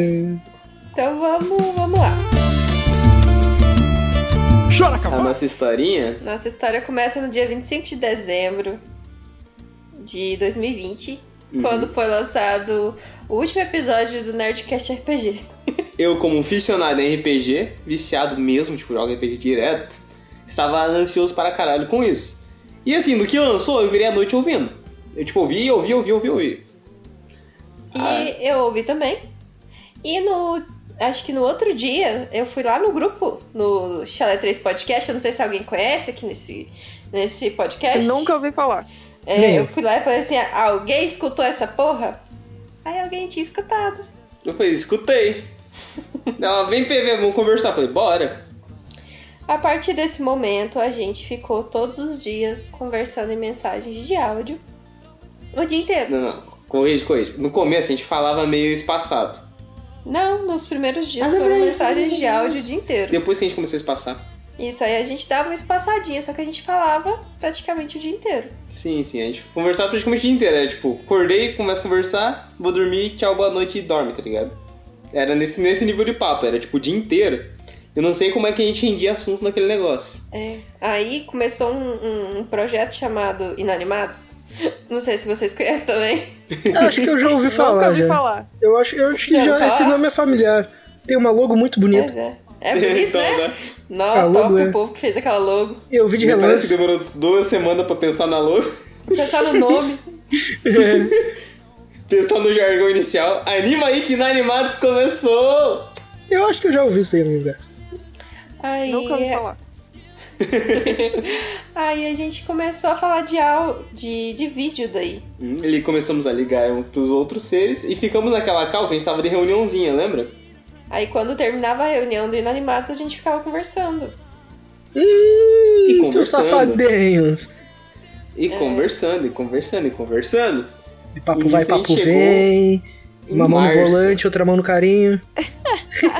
Então vamos, vamos lá. Chora, a cavalo! nossa historinha. Nossa história começa no dia 25 de dezembro de 2020, quando foi lançado o último episódio do Nerdcast RPG. Eu, como um aficionado em RPG, viciado mesmo, tipo, jogo RPG direto, estava ansioso para caralho com isso. E assim, do que lançou, eu virei a noite ouvindo. Eu, tipo, ouvi, ouvi, ouvi, ouvi, ouvi. E Ah. eu ouvi também. E no. Acho que no outro dia eu fui lá no grupo, no Chalé 3 Podcast. Eu não sei se alguém conhece aqui nesse, nesse Eu podcast. nunca ouvi falar. É, Nem eu. eu fui lá e falei assim: alguém escutou essa porra? Aí alguém tinha escutado. Eu falei, escutei. Ela, vem PV, vamos conversar. Eu falei, bora. A partir desse momento, a gente ficou todos os dias conversando em mensagens de áudio o dia inteiro. Não, não, corrige, corrige. No começo a gente falava meio espaçado. Não, nos primeiros dias Ah, foram lembrei, mensagens lembrei. de áudio o dia inteiro. Depois que a gente começou a espaçar. Isso aí a gente dava uma espaçadinha, só que a gente falava praticamente o dia inteiro. Sim, sim, a gente conversava praticamente o dia inteiro. Era tipo, acordei, começo a conversar, vou dormir, tchau, boa noite e dorme, tá ligado? Era nesse, nesse nível de papo, era tipo o dia inteiro. Eu não sei como é que a gente rendia assunto naquele negócio. É. Aí começou um, um- um projeto chamado Inanimados. Não sei se vocês conhecem também. Eu acho que eu já ouvi nunca falar, ouvi já. falar. Eu acho, eu acho que Já ouviu já esse falar? nome é familiar. Tem uma logo muito bonita. Pois é. É bonito, então, né? né? A Não, logo top é. o povo que fez aquela logo. Eu vi de Me parece que relance. demorou duas semanas pra pensar na logo, Pensar tá no nome. pensar no jargão inicial. Anima aí que Inanimados começou! Eu acho que eu já ouvi isso aí em algum lugar. Aí, Nunca ouvi falar. Aí é. a gente começou a falar de, au- de, de vídeo daí. Hum, E começamos a ligar uns pros outros seres e ficamos naquela cal que a gente tava de reuniãozinha, lembra? Aí quando terminava a reunião do Inanimados, a gente ficava conversando. E Hum, seus safadinhos. E conversando, e conversando, e conversando. E papo E vai, isso aí papo chegou vem. em Uma mão no março. volante, outra mão no carinho.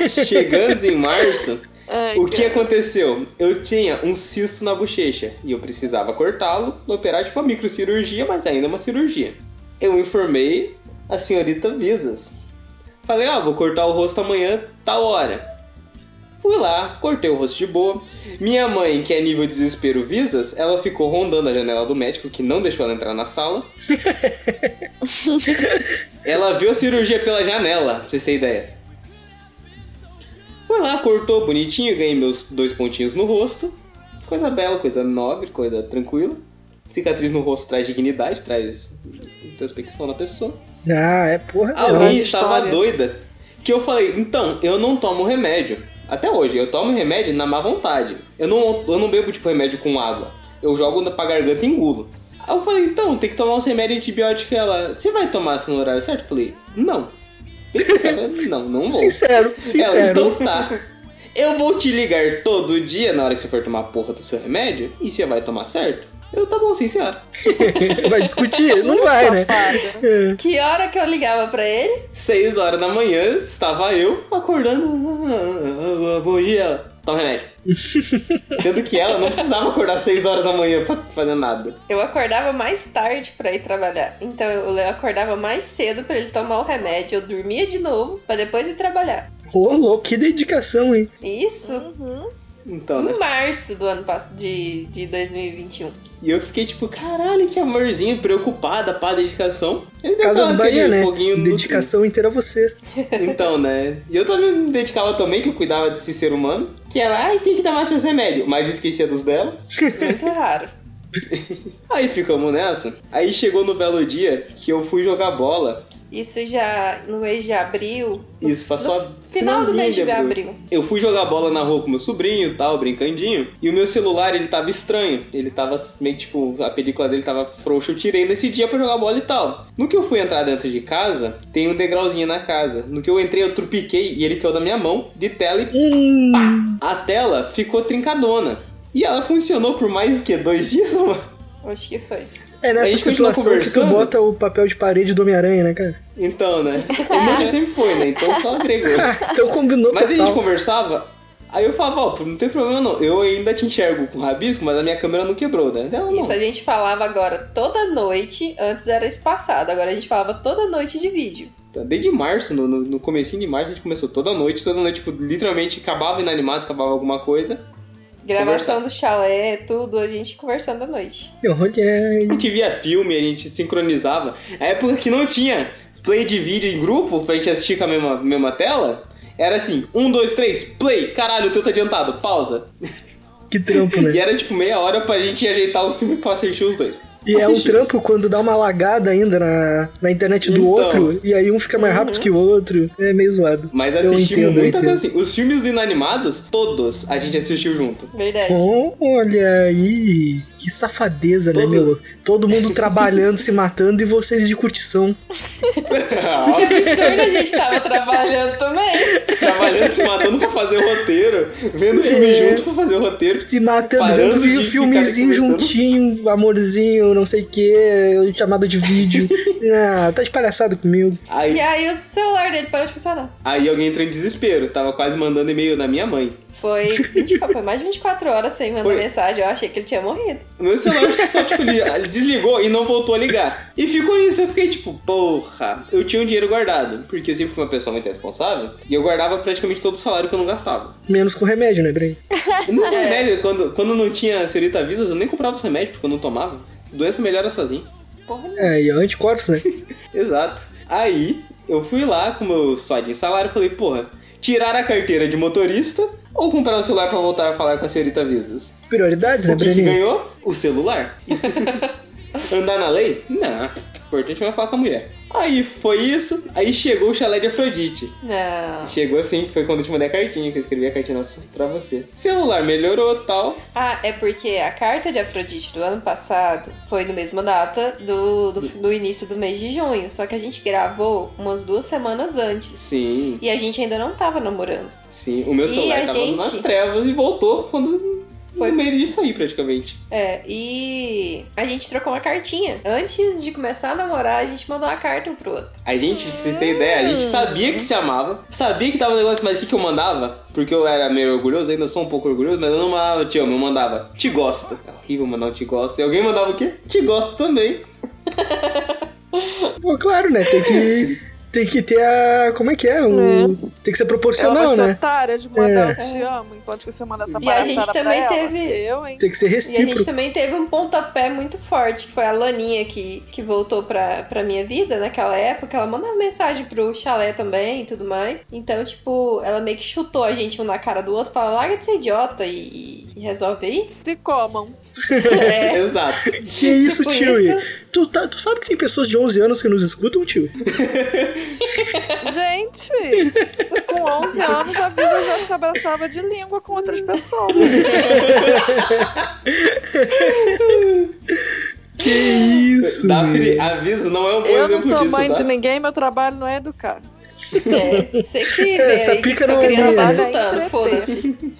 Chegando em março, Ai, o que aconteceu? Eu tinha um cisto na bochecha e eu precisava cortá-lo, operar tipo uma microcirurgia, mas ainda é uma cirurgia. Eu informei a senhorita Visas. Falei, ó, vou cortar o rosto amanhã, tal hora. Fui lá, cortei o rosto de boa. Minha mãe, que é nível desespero Visas, ela ficou rondando a janela do médico, que não deixou ela entrar na sala. ela viu a cirurgia pela janela, pra vocês terem ideia. Foi lá, cortou bonitinho, ganhei meus dois pontinhos no rosto. Coisa bela, coisa nobre, coisa tranquila. Cicatriz no rosto traz dignidade, traz introspecção na pessoa. Ah, é porra. Alguém não. estava história. doida. Que eu falei, então, eu não tomo remédio. Até hoje, eu tomo remédio na má vontade. Eu não, eu não bebo, tipo, remédio com água. Eu jogo na- pra garganta e engulo. Aí eu falei, então, tem que tomar uns remédios antibióticos. Ela, você vai tomar assim no horário certo? Eu falei, não. Bem sincero, não, não vou. Sincero, Ela, sincero. então tá. Eu vou te ligar todo dia na hora que você for tomar a porra do seu remédio e você vai tomar certo? Eu, tá bom, sim, senhora. então- Vai discutir? Não vai, né? safada. É. Que hora que eu ligava pra ele? Seis horas da manhã, estava eu acordando. "Ah, ah, ah, Bom dia, ela, toma remédio. Sendo que ela não precisava acordar seis horas da manhã pra fazer nada. Eu acordava mais tarde pra ir trabalhar. Então eu eu acordava mais cedo pra ele tomar o remédio. Eu dormia de novo pra depois ir trabalhar. Ô, louco, que dedicação, hein? Isso Então, né? em março do ano passado de, de 2021. E eu fiquei tipo, caralho, que amorzinho, preocupada, pá, dedicação. Ele deu Casas aquela- Bahia, aquele né? foguinho no- Dedicação inteira a você. Então, né? E eu também me dedicava também, que eu cuidava desse ser humano. Que ela, ai, tem que tomar seus remédios. Mas esquecia dos dela. Muito raro. Aí ficamos nessa. Aí chegou no belo dia que eu fui jogar bola. Isso já no mês de abril. Isso, passou a Final do mês de abril. Eu fui jogar bola na rua com meu sobrinho e tal, brincandinho, e o meu celular ele tava estranho. Ele tava meio que tipo, a película dele tava frouxa, eu tirei nesse dia pra jogar bola e tal. No que eu fui entrar dentro de casa, tem um degrauzinho na casa. No que eu entrei, eu trupiquei e ele caiu da minha mão, de tela e pá! A tela ficou trincadona. E ela funcionou por mais que dois dias, mano. Acho que foi. É A nessa gente continua situação que tu conversando? bota o papel de parede do Homem-Aranha, né, cara? Então, né? O meu já sempre foi, né? Então só agregou. então combinou Mas a gente total. conversava, aí eu falava, ó, não tem problema não, eu ainda te enxergo com rabisco, mas a minha câmera não quebrou, né? Ela não. Isso a gente falava agora toda noite. Antes era espaçado, agora a gente falava toda noite de vídeo. Tá, Desde março, no, no, no comecinho de março, a gente começou toda noite, toda noite, tipo, literalmente acabava inanimados, acabava alguma coisa. Gravação do chalé, tudo, a gente conversando à noite. A gente via filme, a gente sincronizava. A época que não tinha play de vídeo em grupo pra gente assistir com a mesma, mesma tela, era assim, um, dois, três, play, caralho, o teu tá adiantado, pausa. Que trampo, né? E era tipo meia hora pra gente ajeitar o filme pra assistir os dois. E é um Assistir. trampo quando dá uma lagada ainda na, na internet do Então. Uhum. outro, e aí um fica mais rápido que o outro. É meio zoado. Mas Eu entendo, assistimos eu muita entendo. coisa assim. Os filmes do Inanimados, todos a gente assistiu junto. Verdade. Olha aí, que safadeza, né, Todo- meu? Todo mundo trabalhando, se matando e vocês de curtição. Que absurdo a gente tava trabalhando também. Trabalhando, se matando pra fazer o roteiro. Vendo o filme É. junto pra fazer o roteiro. Se matando Parando junto, de vi o ficar filmezinho conversando. juntinho, amorzinho, não sei o que, chamada de vídeo. ah, tá de palhaçada comigo. E Aí, aí o celular dele parou de funcionar. aí alguém entrou em desespero. Tava quase mandando e-mail na minha mãe. Foi, 24, foi mais de 24 horas sem mandar Foi. mensagem. Eu achei que ele tinha morrido. O meu celular só, tipo, li- desligou e não voltou a ligar. E ficou nisso, eu fiquei tipo, porra, eu tinha um dinheiro guardado. Porque eu sempre fui uma pessoa muito responsável. E eu guardava praticamente todo o salário que eu não gastava. Menos com remédio, né, Bren? E No remédio, quando, quando não tinha senhorita Visa, eu nem comprava os remédios, porque eu não tomava. Doença melhora sozinho. Porra, É, e anticorpos, né? Exato. Aí, eu fui lá com meu suadinho salário e falei, porra, tirar a carteira de motorista ou comprar um celular pra voltar a falar com a senhorita Visas? Prioridades, né, O que, que Breninho? ganhou? O celular. Andar na lei? Não. O importante é falar com a mulher. Aí foi isso, aí chegou o chalé de Afrodite. não. Chegou assim, que foi quando eu te mandei a cartinha, que eu escrevi a cartinha nossa pra você. Celular melhorou tal. Ah, é porque a carta de Afrodite do ano passado foi no mesma data do, do, do início do mês de junho. Só que a gente gravou umas duas semanas antes. Sim, E a gente ainda não tava namorando. sim. O meu E celular a tava gente? nas trevas e voltou quando. Foi. No meio disso aí, praticamente. É, e a gente trocou uma cartinha. Antes de começar a namorar, a gente mandou uma carta um pro outro. A gente, pra vocês terem ideia, Hum. a gente sabia que se amava, sabia que tava um negócio, mas o que, que eu mandava? Porque eu era meio orgulhoso, ainda sou um pouco orgulhoso, mas eu não mandava te amo, eu mandava te gosto. É horrível mandar um te gosto. E alguém mandava o quê? Te gosto também. Pô, claro, né? Tem que. Tem que ter a. Como é que é? Um, Tem que ser Ela É vai proporcional, ser né? otária de mandar É. eu te amo, enquanto que você manda essa E a gente palhaçada pra também ela. teve- Eu, hein? Tem que ser E a gente recíproco. também teve um pontapé muito forte, que foi a Laninha que, que voltou pra, pra minha vida naquela época. Ela mandava mensagem pro chalé também e tudo mais. Então, tipo, ela meio que chutou a gente um na cara do outro, fala, larga de ser idiota e, e resolve aí. Se comam. É. Exato. Que isso, tipo tio? isso. Tu, tá- tu sabe que tem pessoas de 11 anos que nos escutam, tio? Gente, com 11 anos a vida já se abraçava de língua com outras pessoas. Que isso? Daphne, aviso, não é um bom Eu não exemplo sou disso. mãe tá? de ninguém, meu trabalho não é educar. Então, É, você que vê Essa aí, que pica sua não é criança tá minha. escutando, Entreter. foda-se.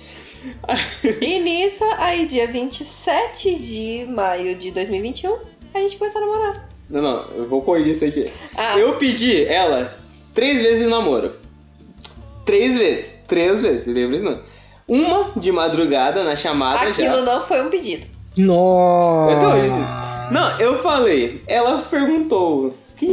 E nisso, aí dia 27 de maio de 2021, a gente começou a namorar. Não, não, eu vou corrigir isso aqui. Ah, Eu pedi ela três vezes em namoro. Três vezes. Três vezes, lembra não. Uma de madrugada na chamada já. aquilo não foi um pedido. Nossa. Até hoje, assim. Não, eu falei. Ela perguntou. "Quem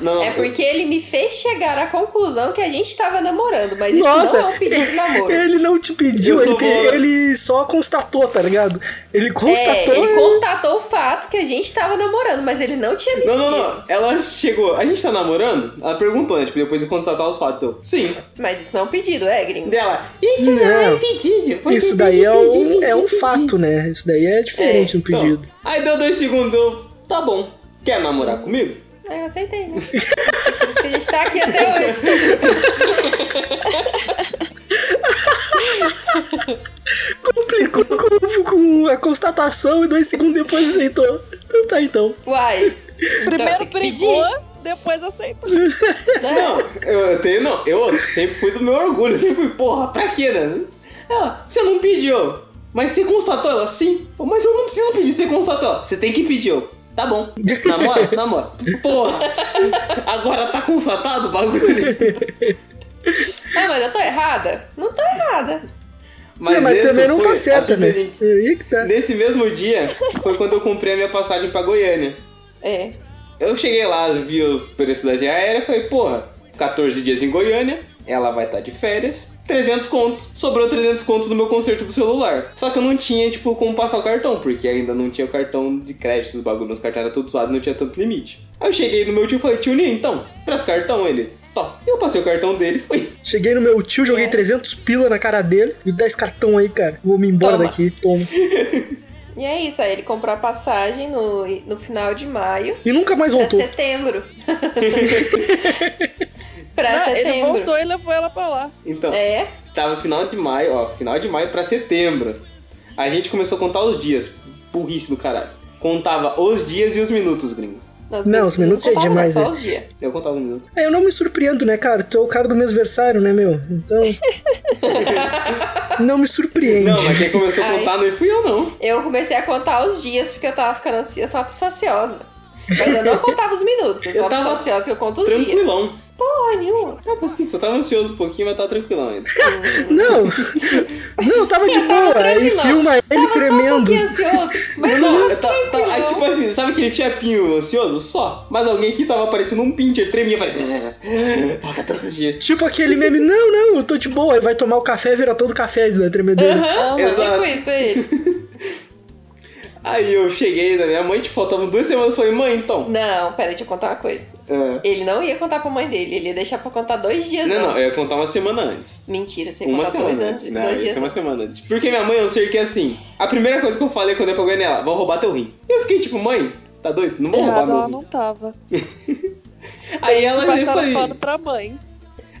Não, é porque ele me fez chegar à conclusão que a gente tava namorando, mas Nossa. isso não é um pedido de namoro. Ele não te pediu, Eu ele, sou boa. pe- ele só constatou, tá ligado? Ele É, constatou. ele constatou o fato que a gente tava namorando, mas ele não tinha me Não, não, pedido. não. Ela chegou. A gente tá namorando? Ela perguntou, né? Tipo, depois de constatar os fatos. Eu, sim. Mas isso não é um pedido, é, gringo? Dela. Isso não, Não. é pedido. você Isso tem daí que é pedir, um, pedir, é um pedir." fato, né? Isso daí é diferente do Então, pedido. aí deu dois segundos. Eu, tá bom. Quer namorar comigo? Ah, eu É, aceitei, né? Por isso que a gente tá aqui até hoje. Complicou com, com a constatação e dois segundos depois aceitou. Então tá então. Uai. Primeiro tem que brigou, depois aceitou. pedir, né? Não, eu, eu tenho, não. Eu sempre fui do meu orgulho. Eu sempre fui, porra, pra quê, né? Ela, você não pediu. Mas você constatou? Ela, sim. Mas eu não preciso pedir, você constatou. Você tem que pedir. Eu, tá bom. Namora? Namora. Porra. Agora tá constatado o bagulho. Ah, mas eu tô errada? Não tô errada. Não, mas esse também não foi tá a certo, né? surpresa- Aí que tá. Nesse mesmo dia, foi quando eu comprei a minha passagem pra Goiânia. É. Eu cheguei lá, vi o preço da aérea, falei, porra, 14 dias em Goiânia, ela vai estar de férias, 300 conto. Sobrou 300 conto do meu conserto do celular. Só que eu não tinha, tipo, como passar o cartão, porque ainda não tinha o cartão de crédito, os bagulhos, meus cartões eram todos zoados, não tinha tanto limite. Aí eu cheguei no meu tio e falei, tio Ninho, então, presta o cartão, ele... Tó. Eu passei o cartão dele e fui. Cheguei no meu tio, É. joguei 300 pila na cara dele. Me dá esse cartão aí, cara. Vou me embora Toma. daqui. Toma. E é isso, aí ele comprou a passagem no, no final de maio E nunca mais pra voltou. setembro. pra Não, setembro. Né? ele voltou e levou ela pra lá. Então, É, tava final de maio, ó, final de maio pra setembro. A gente começou a contar os dias, burrice do caralho. Contava os dias e os minutos, gringo. Nós Não, os minutos é contava, não, demais, Só né? os dias. Eu contava os minutos. É, eu não me surpreendo, né, cara? Tu é o cara do meu adversário, né, meu? Então. não me surpreende. Não, mas quem começou a Ai. contar não fui eu, não. Eu comecei a contar os dias porque eu tava ficando ansiosa, eu sou uma pessoa ansiosa. Mas eu não contava os minutos, eu sou Eu uma pessoa tava ansiosa que eu conto os dias. Tranquilão. Porra nenhuma. Ah, assim, só tava ansioso um pouquinho, mas tava tranquilão ainda. Não, não, tava de boa. Aí tranquila. filma ele Tava só um tremendo. pouquinho ansioso, mas Não, é, não, eu tava- tava- aí, tipo assim, sabe aquele fiapinho ansioso? Só. Mas alguém aqui tava parecendo um pincher, tremia, fazia... Falta tantos dias. Tipo aquele meme, não, não, eu tô de boa. Aí vai tomar o café, vira todo café né, da tremedeira. Aham, Exato. tipo isso aí. Aí eu cheguei da minha mãe, te faltavam duas semanas, eu falei, mãe, então... Não, pera, deixa eu contar uma coisa. É. Ele não ia contar pra mãe dele, ele ia deixar pra contar dois dias Não, não, eu antes. ia contar uma semana antes. Mentira, você ia Uma contar dois, semana anos, antes. Não, dois ia dias ser uma antes. semana antes. Porque minha mãe, eu sei que é assim, a primeira coisa que eu falei quando eu paguei nela, vão roubar teu rim. E eu fiquei tipo, mãe, tá doido? É, Não vão roubar Errado, meu ela rim. não tava. Aí ela veio e Passaram falou, pano pra mãe.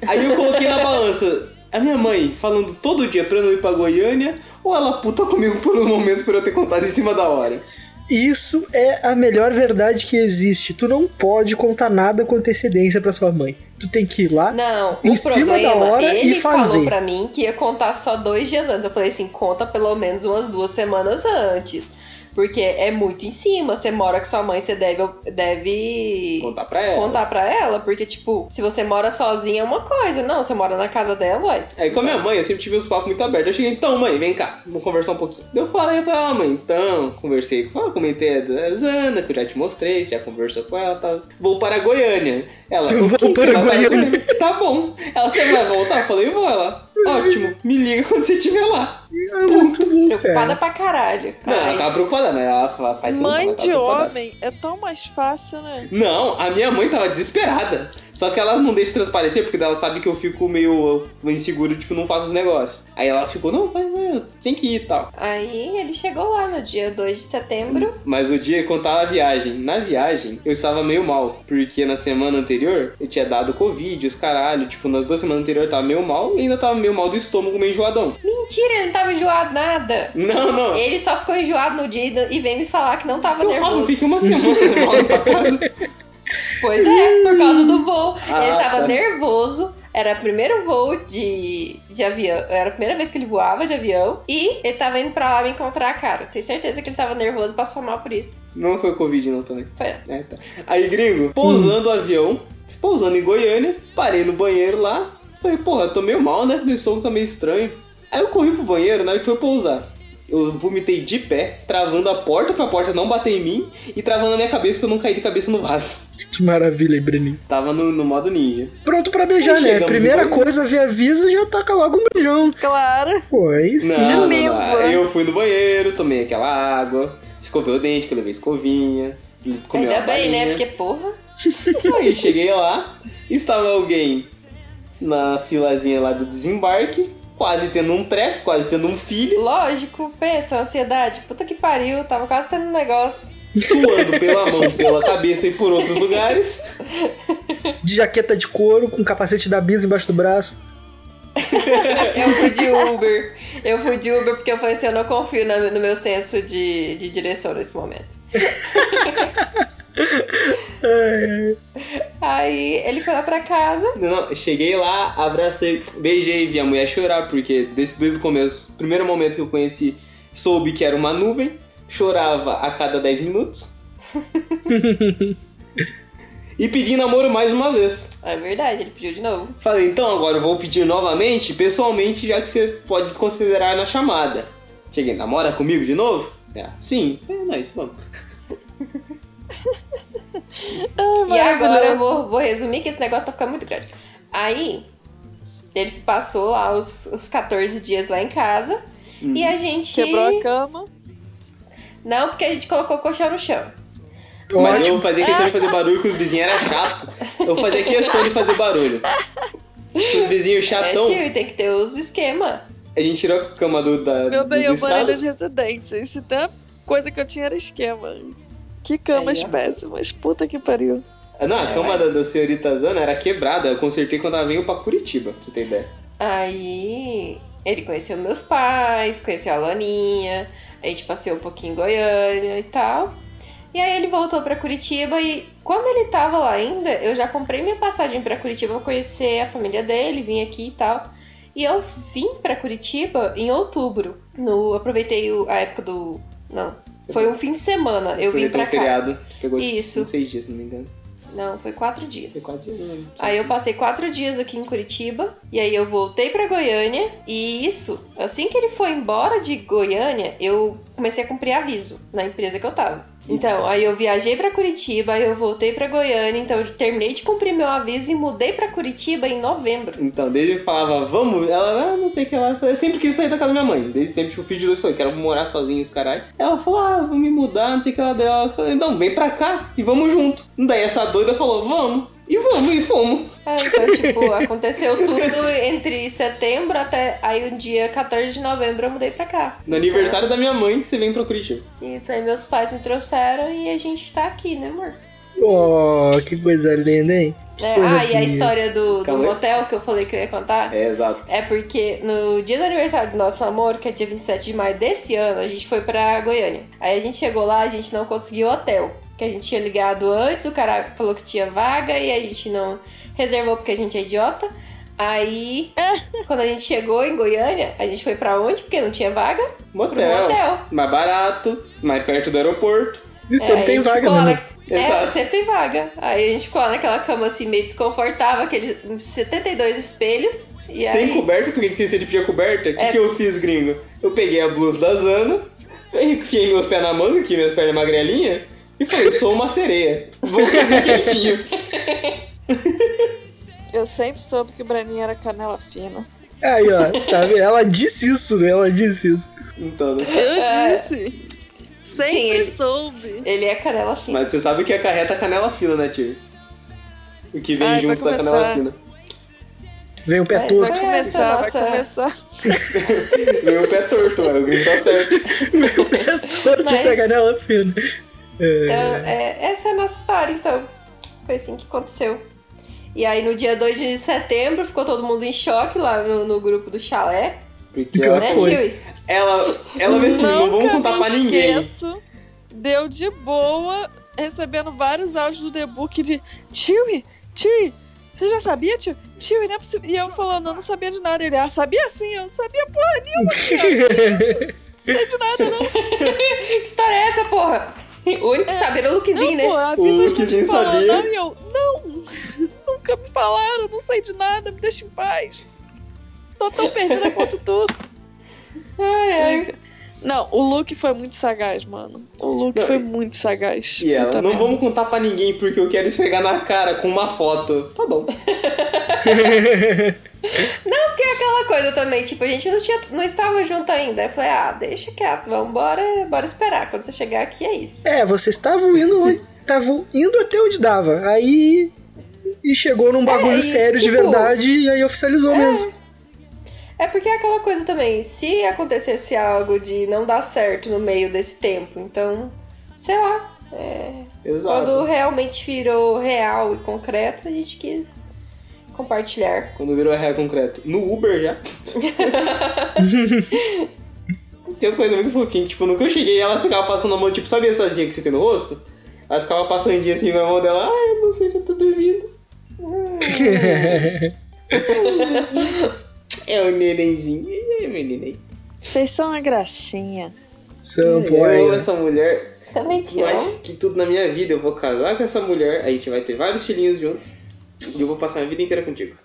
Aí eu coloquei na balança a minha mãe falando todo dia pra eu não ir pra Goiânia, ou ela puta comigo por um momento por eu ter contado em cima da hora. Isso é a melhor verdade que existe. Tu não pode contar nada com antecedência pra sua mãe. Tu tem que ir lá. Não, Em o cima problema, da hora e ele fazer. falou pra mim que ia contar só dois dias antes. Eu falei assim, conta pelo menos umas duas semanas antes. Porque é muito em cima, você mora com sua mãe, você deve, deve Contar pra ela. contar pra ela. Porque, tipo, se você mora sozinha é uma coisa. Não, você mora na casa dela, ué. Aí É, com a minha mãe, eu sempre tive os papos muito abertos. Eu cheguei, então, mãe, vem cá, vamos conversar um pouquinho. Eu falei pra ela, mãe, então, conversei com ela, comentei a Zana, que eu já te mostrei, você já conversou com ela, tá? Vou para Goiânia. Ela, Eu "O vou quê? Você para vai Goiânia." Tá bom. Ela, você vai voltar? Eu falei, vou. Ela, ótimo, me liga quando você estiver lá. É muito bom, Preocupada cara. pra caralho. Não, Ai. ela tá- tava preocupada, mas ela fa- faz tempo que Mãe ela tava de preocupada. homem é tão mais fácil, né? Não, a minha mãe tava desesperada. Só que ela não deixa transparecer, porque ela sabe que eu fico meio uh, inseguro, tipo, não faço os negócios. Aí ela ficou, não, vai, vai, tem que ir e tal. Aí ele chegou lá no dia 2 de setembro. Mas o dia que eu tava na viagem, na viagem, eu estava meio mal. Porque na semana anterior, eu tinha dado Covid, os caralho. Tipo, nas duas semanas anteriores eu tava meio mal e ainda tava meio mal do estômago, meio enjoadão. Mentira, ele não tava enjoado nada. Não, não. Ele só ficou enjoado no dia e vem me falar que não tava Então, nervoso. Rafa, fica uma semana mal pra casa. Pois é, por causa do voo. ele Ah, tava tá. nervoso. Era o primeiro voo de, de avião. Era a primeira vez que ele voava de avião. E ele tava indo pra lá me encontrar a cara. Tenho certeza que ele tava nervoso, passou mal por isso. Não foi Covid, não, também. Foi. É, tá. Aí, gringo, pousando o avião, pousando em Goiânia, parei no banheiro lá. Falei, porra, tô meio mal, né? Meu estômago tá meio estranho. Aí eu corri pro banheiro na hora que foi pousar. Eu vomitei de pé, travando a porta pra porta não bater em mim e travando a minha cabeça pra eu não cair de cabeça no vaso. Que maravilha, hein, Breninho. Tava no, no modo ninja. Pronto pra beijar, né? Chegamos Primeira em coisa, vê avisa já taca logo um beijão. Claro. Pô, aí sim. Não, não, língua. não. Aí Eu fui no banheiro, tomei aquela água, escovei o dente, que eu levei escovinha. comi Ainda uma bem, né? balinha. Porque, porra. Aí cheguei lá, estava alguém na filazinha lá do desembarque, quase tendo um treco, quase tendo um filho. Lógico, pensa, ansiedade. Puta que pariu, tava quase tendo um negócio. suando pela mão, pela cabeça e por outros lugares. De jaqueta de couro, com capacete da Bisa embaixo do braço. Eu fui de Uber. Eu fui de Uber porque eu falei assim, eu não confio na- no meu senso de, de direção nesse momento. Aí ele foi lá pra casa. Não, cheguei lá, abracei, beijei, vi a mulher chorar, porque desse, desde o começo, primeiro momento que eu conheci, soube que era uma nuvem, chorava a cada 10 minutos. e pedi namoro mais uma vez. É verdade, ele pediu de novo. Falei, então agora eu vou pedir novamente, pessoalmente, já que você pode desconsiderar na chamada. Cheguei, namora comigo de novo? É, sim, é nóis, vamos. É E agora eu vou, vou resumir que esse negócio tá ficando muito grande. Aí ele passou lá os, os 14 dias lá em casa. E a gente. Hum. Quebrou a cama. Não, porque a gente colocou o colchão no chão. Mas eu fazia questão de fazer barulho que os vizinhos eram chato. Eu fazia questão de fazer barulho. Os vizinhos É, chatão, tio, tem que ter os esquemas. a gente tirou a cama do, da, Meu do, bem, do eu morei estado. nas residências. Se tem uma coisa que eu tinha era esquema. Que camas Aí, É. ó. péssimas. Puta que pariu. Ah, Não, a É. cama da, da senhorita Zana era quebrada. Eu consertei quando ela veio pra Curitiba, pra você ter ideia. Aí ele conheceu meus pais, conheceu a Laninha, a gente passeou um pouquinho em Goiânia e tal. E aí ele voltou pra Curitiba e quando ele tava lá ainda, eu já comprei minha passagem pra Curitiba pra conhecer a família dele, vim aqui e tal. E eu vim pra Curitiba em outubro. No, aproveitei o- a época do. Não. Foi um fim de semana. Eu vim Aproveitei pra um cá. feriado que pegou Isso. 26 dias, se não me engano. Não, foi quatro dias. Foi quase. um- Aí eu passei quatro dias aqui em Curitiba, e aí eu voltei pra Goiânia, e isso, assim que ele foi embora de Goiânia, eu comecei a cumprir aviso na empresa que eu tava. Então, aí eu viajei pra Curitiba, aí eu voltei pra Goiânia, então eu terminei de cumprir meu aviso e mudei pra Curitiba em novembro. Então, desde que eu falava, vamos, ela, ah, não sei o que ela. Eu sempre quis sair da casa da minha mãe. Desde sempre que eu fiz de luz, falei, quero morar sozinho, esse caralho. Ela falou, ah, vou me mudar, não sei o que ela deu. Ela falou, então, vem pra cá e vamos junto. Daí essa doida falou, vamos. E vamos, e fomos. É, então, tipo, aconteceu tudo entre setembro até aí um dia 14 de novembro eu mudei pra cá. No aniversário da minha mãe, você vem pra Curitiba. Isso aí meus pais me trouxeram e a gente tá aqui, né, amor? Oh, que coisa linda, hein? É, coisa ah, e a que- história do, do Calma aí. motel que eu falei que eu ia contar? É, exato. É porque no dia do aniversário do nosso namoro, que é dia 27 de maio desse ano, a gente foi pra Goiânia. Aí a gente chegou lá, a gente não conseguiu hotel. Que a gente tinha ligado antes, o cara falou que tinha vaga e a gente não reservou porque a gente é idiota. Aí, quando a gente chegou em Goiânia, a gente foi pra onde? Porque não tinha vaga? Pro Motel. motel. Mais barato, mais perto do aeroporto. E É, sempre a tem gente vaga, né? ficou lá mano. na- É, Exato. sempre tem vaga. Aí a gente ficou lá naquela cama assim, meio desconfortável, aqueles 72 espelhos. E sem aí... coberta, porque ele esquecia de pedir a coberta. O É. que, que eu fiz, gringo? Eu peguei a blusa da Zana, enfiei meus pés na manga, que minhas pernas magrelinha, e falei, sou uma sereia. Vou ficar quietinho. Eu sempre soube que o Braninho era canela fina. Aí, ó, tá vendo? Ela disse isso, né? Ela disse isso. Então, né? Eu É. disse. Sempre Sim. soube. Ele é canela fina. Mas você sabe o que acarreta a canela fina, né, tio? O que vem Ai, junto vai da canela começar. fina. Vem o pé É, torto. Vai Essa começar, vai nossa- começar. Veio o pé torto, mano. O gringo tá certo. Vem o pé torto Mas- da canela fina. Então, é, essa é a nossa história, então. Foi assim que aconteceu. E aí, no dia 2 de setembro, ficou todo mundo em choque lá no, no grupo do chalé. Porque Pior ela, Né, foi. Tio? ela, ela veio assim, não vamos Nunca contar me pra ninguém. Esqueço, deu de boa, recebendo vários áudios do debook de Tio, Tio, você já sabia, tio? Tio, não é possível. E eu falando, eu não sabia de nada. Ele, ah, sabia sim, eu não sabia porra nenhuma, tio. Não sei de nada, não. Que história é essa, porra? O único que sabe era o Luquezinho, Não, pô, né? avisa O a gente Luquezinho que falou, sabia. não, e eu, não, nunca me falaram, não sei de nada, me deixa em paz. Tô tão perdida quanto tu. tá? Ai, ai. É. Não, o Luke foi muito sagaz, mano. O Luke Não, foi e- muito sagaz. E ela, Puta não merda. vamos contar pra ninguém porque eu quero esfregar na cara com uma foto. Tá bom. Porque é aquela coisa também, tipo, a gente não, tinha, não estava junto ainda. Eu falei, ah, deixa quieto, vambora, bora esperar. Quando você chegar aqui, é isso. É, vocês estavam indo onde. Estavam indo até onde dava. Aí. E chegou num bagulho É, e, sério de tipo, verdade e aí oficializou mesmo. É porque é aquela coisa também, se acontecesse algo de não dar certo no meio desse tempo, então, sei lá, Exato. Quando Quando... realmente virou real e concreto, a gente quis compartilhar. virou ré concreto. No Uber já. tem uma coisa muito fofinha, tipo, no que eu cheguei, ela ficava passando a mão, tipo, sabe essas linhas que você tem no rosto? Ela ficava passando dia assim na mão dela, ai, eu não sei se eu tô dormindo. É o nenenzinho, é meu neném. Vocês são uma gracinha. Eu amo Sampoia. essa mulher, Também te amo. Mas que tudo na minha vida, eu vou casar com essa mulher, a gente vai ter vários filhinhos juntos e eu vou passar a minha vida inteira contigo.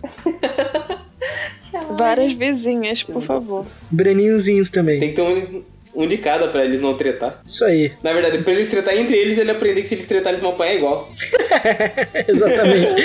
Te amo. Várias vizinhas, por favor. Breninhozinhos também. Tem que ter um, um de cada pra eles não tretar. Isso aí, Na verdade, pra eles tretar entre eles, ele aprender que se eles tretarem, eles vão apanhar igual. exatamente.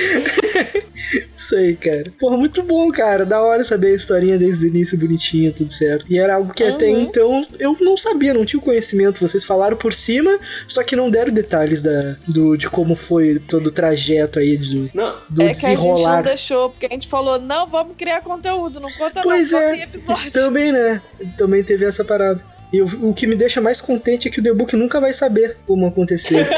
Isso aí, cara. Porra, muito bom, cara. Da hora saber a historinha desde o início, bonitinha, tudo certo. E era algo que até Uhum. então eu não sabia, não tinha o conhecimento. Vocês falaram por cima, só que não deram detalhes da, do, de como foi todo o trajeto aí do, Não, do é que a gente não desenrolar. deixou, porque a gente falou, não, vamos criar conteúdo, não conta Pois não, só é. tem episódio. Também, né? Também teve essa parada. E o, o que me deixa mais contente é que o The Book nunca vai saber como aconteceu.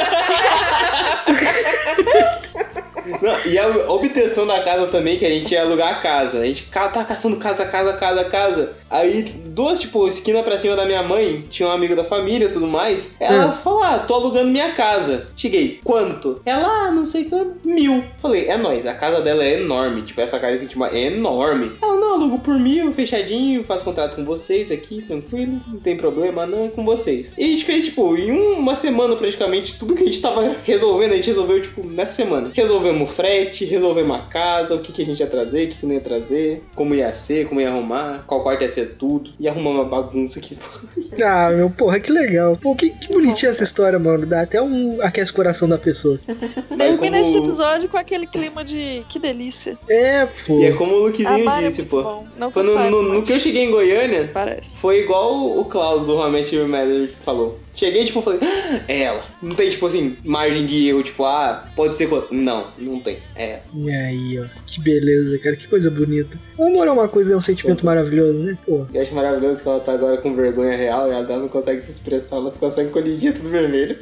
não, e a obtenção da casa também, que a gente ia alugar a casa. A gente ca- tava caçando casa, casa, casa, casa. Aí, duas, tipo, esquina pra cima da minha mãe, tinha um amigo da família e tudo mais. Ela falou, ah, tô alugando minha casa. Cheguei, quanto? Ela, ah, não sei quanto, mil. Falei, é nóis, a casa dela é enorme. Tipo, essa casa que a gente mora é enorme. Ela, não, alugo por mil, fechadinho, faço contrato com vocês aqui, tranquilo, não tem problema, não, é com vocês. E a gente fez, tipo, em uma semana praticamente, tudo que a gente tava resolvendo, a gente resolveu, tipo, nessa semana. Resolvemos o frete, resolvemos a casa, o que, que a gente ia trazer, o que, que não ia trazer, como ia ser, como ia arrumar, qual quarto ia ser tudo. E arrumar uma bagunça aqui. ah, meu, porra, que legal. Pô, que, que bonitinha essa história, mano. Dá até um. aquece o coração da pessoa. Termina como- esse episódio com aquele clima de que delícia. É, pô. E é como o A Luquezinho Mara é disse, muito pô. bom. Não que eu Quando, saiba, no, no mas que eu cheguei em Goiânia, Parece. Foi igual o Klaus do How I Met Your Mother falou. Cheguei, tipo, falei, "Ah, é ela. Não tem, tipo assim, margem de erro, tipo, ah, pode ser... co- Não, não tem. É ela. E aí, ó. Que beleza, cara. Que coisa bonita. O amor é uma coisa, é um sentimento maravilhoso, né? Pô. Eu acho maravilhoso que ela tá agora com vergonha real e ela não consegue se expressar, ela fica só encolhidinha, tudo vermelho.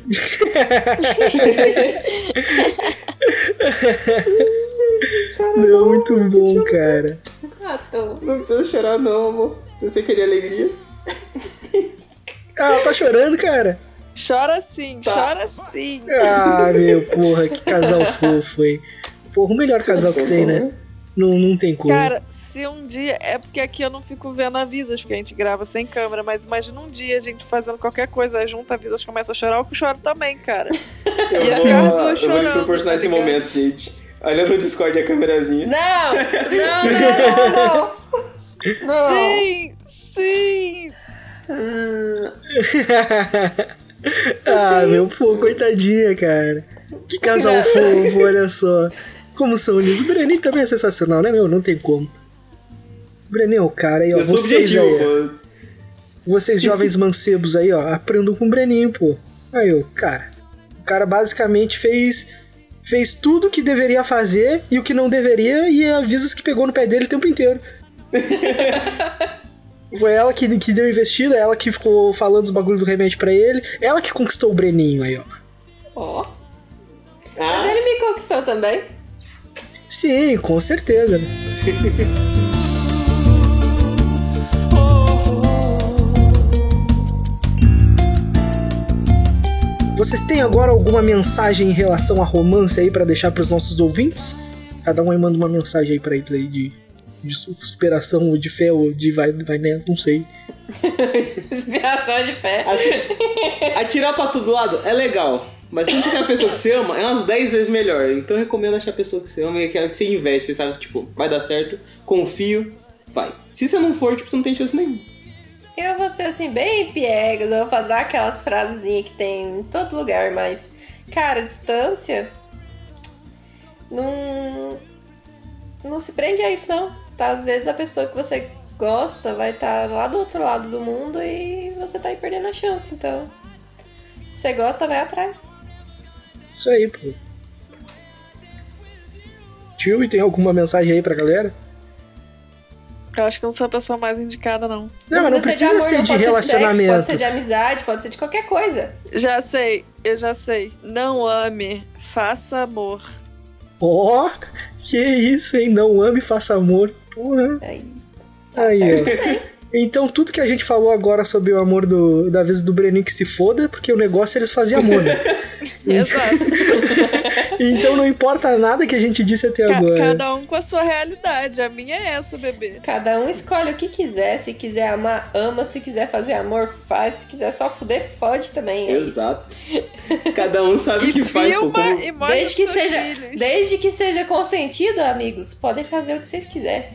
Meu, muito bom, cara. Ah, tô. Não precisa chorar não, amor. Você queria é alegria? Ah, ela tá chorando, cara. Chora sim, Tá. chora sim. Ah, meu, porra, que casal fofo, hein? Porra, o melhor casal que é tem, né? Não, não tem como. Cara, se um dia. É porque aqui eu não fico vendo avisas, porque a gente grava sem câmera, mas imagina um dia a gente fazendo qualquer coisa aí junto, avisas começa a chorar, eu choro também, cara. Eu E a vou, Carla eu vou lhe chorando, proporcionar tá esse ligado? momento, gente. Olha no Discord a câmerazinha. Não! Não, não, não, não! Não! Sim, sim! ah, meu, pô, coitadinha, cara. Que casal fofo, olha só. Como são lindos. O Breninho também é sensacional, né, meu? Não tem como. O Breninho é o cara aí, ó. Eu sou Vocês, objetivo, aí, ó, pô. vocês jovens mancebos aí, ó, aprendam com o Breninho, pô. Aí, ó, cara. O cara basicamente fez fez tudo o que deveria fazer e o que não deveria e avisas que pegou no pé dele o tempo inteiro. Foi ela que, que deu investida, ela que ficou falando os bagulhos do remédio pra ele, ela que conquistou o Breninho aí, ó. Ó. Mas é Ah, ele me conquistou também. Sim, com certeza. Vocês têm agora alguma mensagem em relação a romance aí pra deixar pros nossos ouvintes? Cada um aí manda uma mensagem aí pra ele aí de, de su- superação, ou de fé, ou de vai, vai né? Não sei. Inspiração de fé. assim, atirar pra todo lado é legal. Mas quando você tem a pessoa que você ama, é umas 10 vezes melhor. Então eu recomendo achar a pessoa que você ama e aquela que você investe, sabe? Tipo, vai dar certo, confio, vai. Se você não for, tipo, você não tem chance nenhuma. Eu vou ser assim, bem piegas, eu vou falar aquelas frasezinhas que tem em todo lugar, mas, cara, distância. Não. Não se prende a isso, não. Tá? Às vezes a pessoa que você gosta vai estar lá do outro lado do mundo e você tá aí perdendo a chance, então. Se você gosta, vai atrás. Isso aí, pô. Tio, e tem alguma mensagem aí pra galera? Eu acho que eu não sou a pessoa mais indicada, não. Não, mas não precisa ser de não pode relacionamento. Pode ser de amizade, pode ser de qualquer coisa. Já sei, Eu já sei. Não ame, faça amor. Ó, que isso, hein? Não ame, faça amor. Porra. Aí, tá Aí, certo. ó. Então, tudo que a gente falou agora sobre o amor do, da vez do Breninho que se foda, porque o negócio é eles faziam amor, né? Exato. Então não importa nada que a gente disse até Ca- agora. cada um com a sua realidade. A minha é essa, bebê. Cada um escolhe o que quiser. Se quiser amar, ama. Se quiser fazer amor, faz. Se quiser só fuder, fode também. é isso. Exato. Cada um sabe o E que faz. pô, filma como- e mostra Desde que, pros seus seja, filhos. desde que seja consentido, amigos, podem fazer o que vocês quiserem.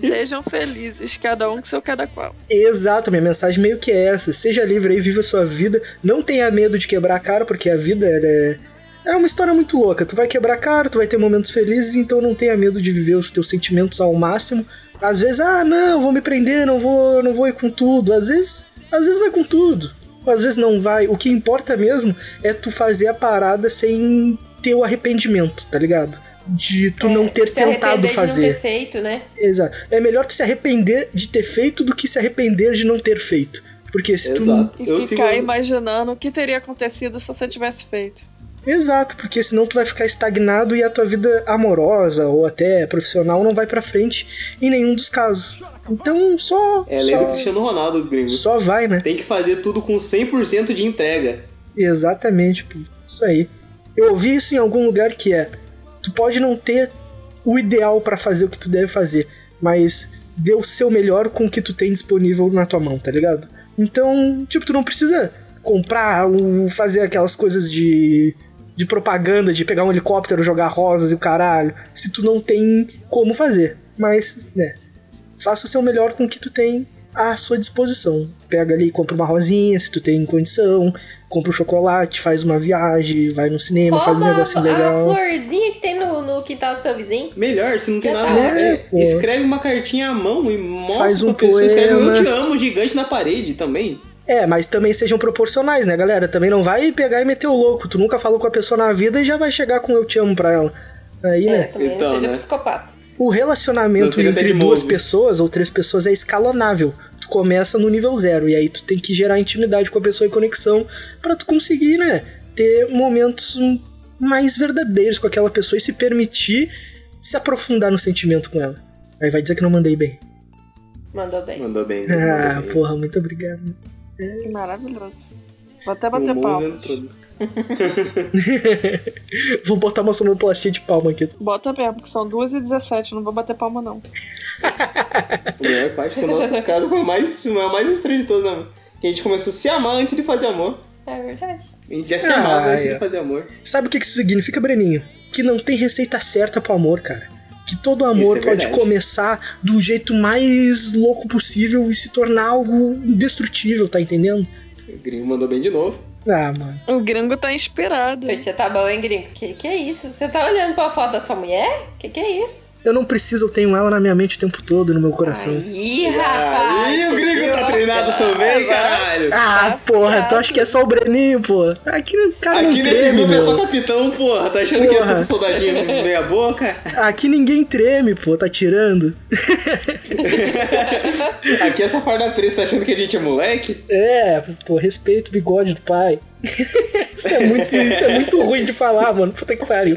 Sejam felizes, cada um com seu cada qual. Exato, minha mensagem meio que é essa. Seja livre aí, viva a sua vida. Não tenha medo de quebrar a cara, porque a vida ela é. É uma história muito louca. Tu vai quebrar a cara, tu vai ter momentos felizes, então não tenha medo de viver os teus sentimentos ao máximo. Às vezes, ah, não, vou me prender, não vou, não vou ir com tudo. Às vezes, às vezes vai com tudo. Às vezes não vai. O que importa mesmo é tu fazer a parada sem ter o arrependimento, tá ligado? De tu não É, ter se tentado arrepender fazer. de não ter feito, né? Exato. É melhor tu se arrepender de ter feito do que se arrepender de não ter feito. Porque se tu. Exato. E Eu sigo. ficar imaginando o que teria acontecido se você tivesse feito. Exato, porque senão tu vai ficar estagnado e a tua vida amorosa ou até profissional não vai pra frente em nenhum dos casos. Então só. É a lei do só, Cristiano Ronaldo, gringo. só vai, né? Tem que fazer tudo com 100% de entrega. Exatamente, pô. Isso aí. Eu ouvi isso em algum lugar que é. Tu pode não ter o ideal pra fazer o que tu deve fazer, mas dê o seu melhor com o que tu tem disponível na tua mão, tá ligado? Então, tipo, tu não precisa comprar ou fazer aquelas coisas de, de propaganda, de pegar um helicóptero, jogar rosas e o caralho, se tu não tem como fazer. Mas, né, faça o seu melhor com o que tu tem à sua disposição. Pega ali, compra uma rosinha, se tu tem condição, compra um chocolate, faz uma viagem, vai no cinema, faz um Rouba negócio a, a legal. florzinha que tem no, no quintal do seu vizinho. Melhor, se não tem Já nada. tá é, ótimo. escreve uma cartinha à mão e mostra Faz um pra pessoa. Escreve um poema. Eu te amo gigante na parede também. É, mas também sejam proporcionais, né, galera? Também não vai pegar e meter o louco. Tu nunca falou com a pessoa na vida e já vai chegar com eu te amo pra ela. Aí, É, né? também Então, seja né? psicopata. O Não relacionamento seria entre teimoso. duas pessoas ou três pessoas é escalonável. Tu começa no nível zero e aí tu tem que gerar intimidade com a pessoa e conexão pra tu conseguir, né, ter momentos hum, mais verdadeiros com aquela pessoa e se permitir se aprofundar no sentimento com ela. Aí vai dizer que não mandei bem. Mandou bem. Mandou bem. Gringo, Ah, mandou bem. porra, muito obrigado. Que maravilhoso. Vou até Um bater palmas. monstro entrou. Vou botar uma sonoplastia de palma aqui. Bota mesmo, porque são 2 e 17 não vou bater palma, não. É, eu acho que o nosso caso foi o mais, o mais estranho de todos. né? Que a gente começou a se amar antes de fazer amor. É verdade. A gente já se Ah, amava antes é. de fazer amor. Sabe o que que isso significa, Breninho? Que não tem receita certa pro amor, cara. Que todo amor Isso é pode verdade. começar do jeito mais louco possível e se tornar algo indestrutível, tá entendendo? O Gringo mandou bem de novo. Ah, mano. O gringo tá inspirado. Hoje você tá bom, hein, gringo? Que que é isso? Você tá olhando pra foto da sua mulher? Que que é isso? Eu não preciso, eu tenho ela na minha mente o tempo todo, no meu coração. Ih, rapaz! Ih, o Gringo tá viu? treinado também, caralho. Ah, porra, tu acha que é só o Breninho, pô? Aqui, cara, Ah, não tá Aqui nesse treme, grupo é só meu. capitão, porra. Tá achando que é Porra. tudo soldadinho meia boca? Aqui ninguém treme, pô, tá tirando. Aqui essa farda preta tá achando que a gente é moleque? É, pô, respeito o bigode do pai. isso, é muito, isso é muito ruim de falar, mano. Puta que pariu.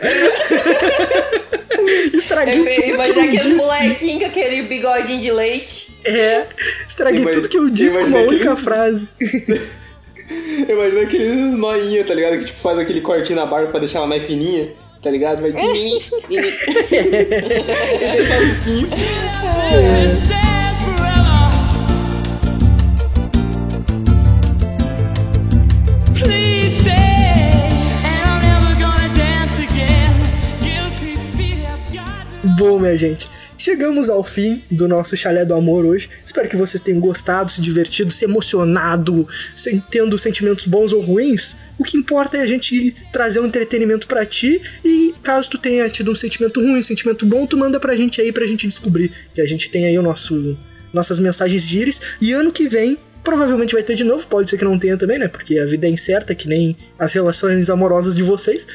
Estraguei Eu fui tudo que imaginar eu é aquele disse. molequinho com aquele bigodinho de leite. É, estraguei Imag- tudo que eu disse com uma imaginei única aqueles- frase. Imagina aqueles noinha, tá ligado? Que tipo faz aquele cortinho na barba pra deixar ela mais fininha, tá ligado? Vai. e deixar o risquinho. Please stay, and I'm never gonna dance again. Guilty feet have got me. Bom, minha gente, chegamos ao fim do nosso Chalé do Amor hoje. Espero que vocês tenham gostado, se divertido, se emocionado, sem- tendo sentimentos bons ou ruins. O que importa é a gente trazer um entretenimento pra ti e caso tu tenha tido um sentimento ruim, um sentimento bom, tu manda pra gente aí pra gente descobrir que a gente tem aí o nosso nossas mensagens gires e ano que vem provavelmente vai ter de novo, pode ser que não tenha também, né? Porque a vida é incerta, que nem as relações amorosas de vocês.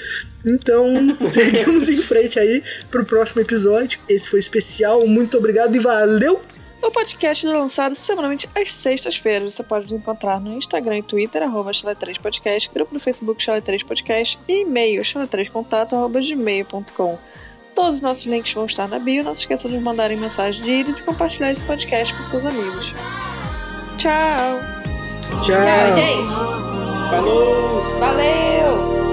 Então, seguimos em frente aí pro próximo episódio. Esse foi especial, muito obrigado e valeu. O podcast é lançado semanalmente às sextas-feiras. Você pode nos encontrar no Instagram e Twitter, arroba 3 podcast grupo no Facebook Chale 3 podcast e e-mail chale3contato.gmail.com. Todos os nossos links vão estar na bio. Não se esqueça de nos mandarem mensagem de íris e compartilhar esse podcast com seus amigos. Tchau! Tchau, Tchau, gente. Falou! Valeu!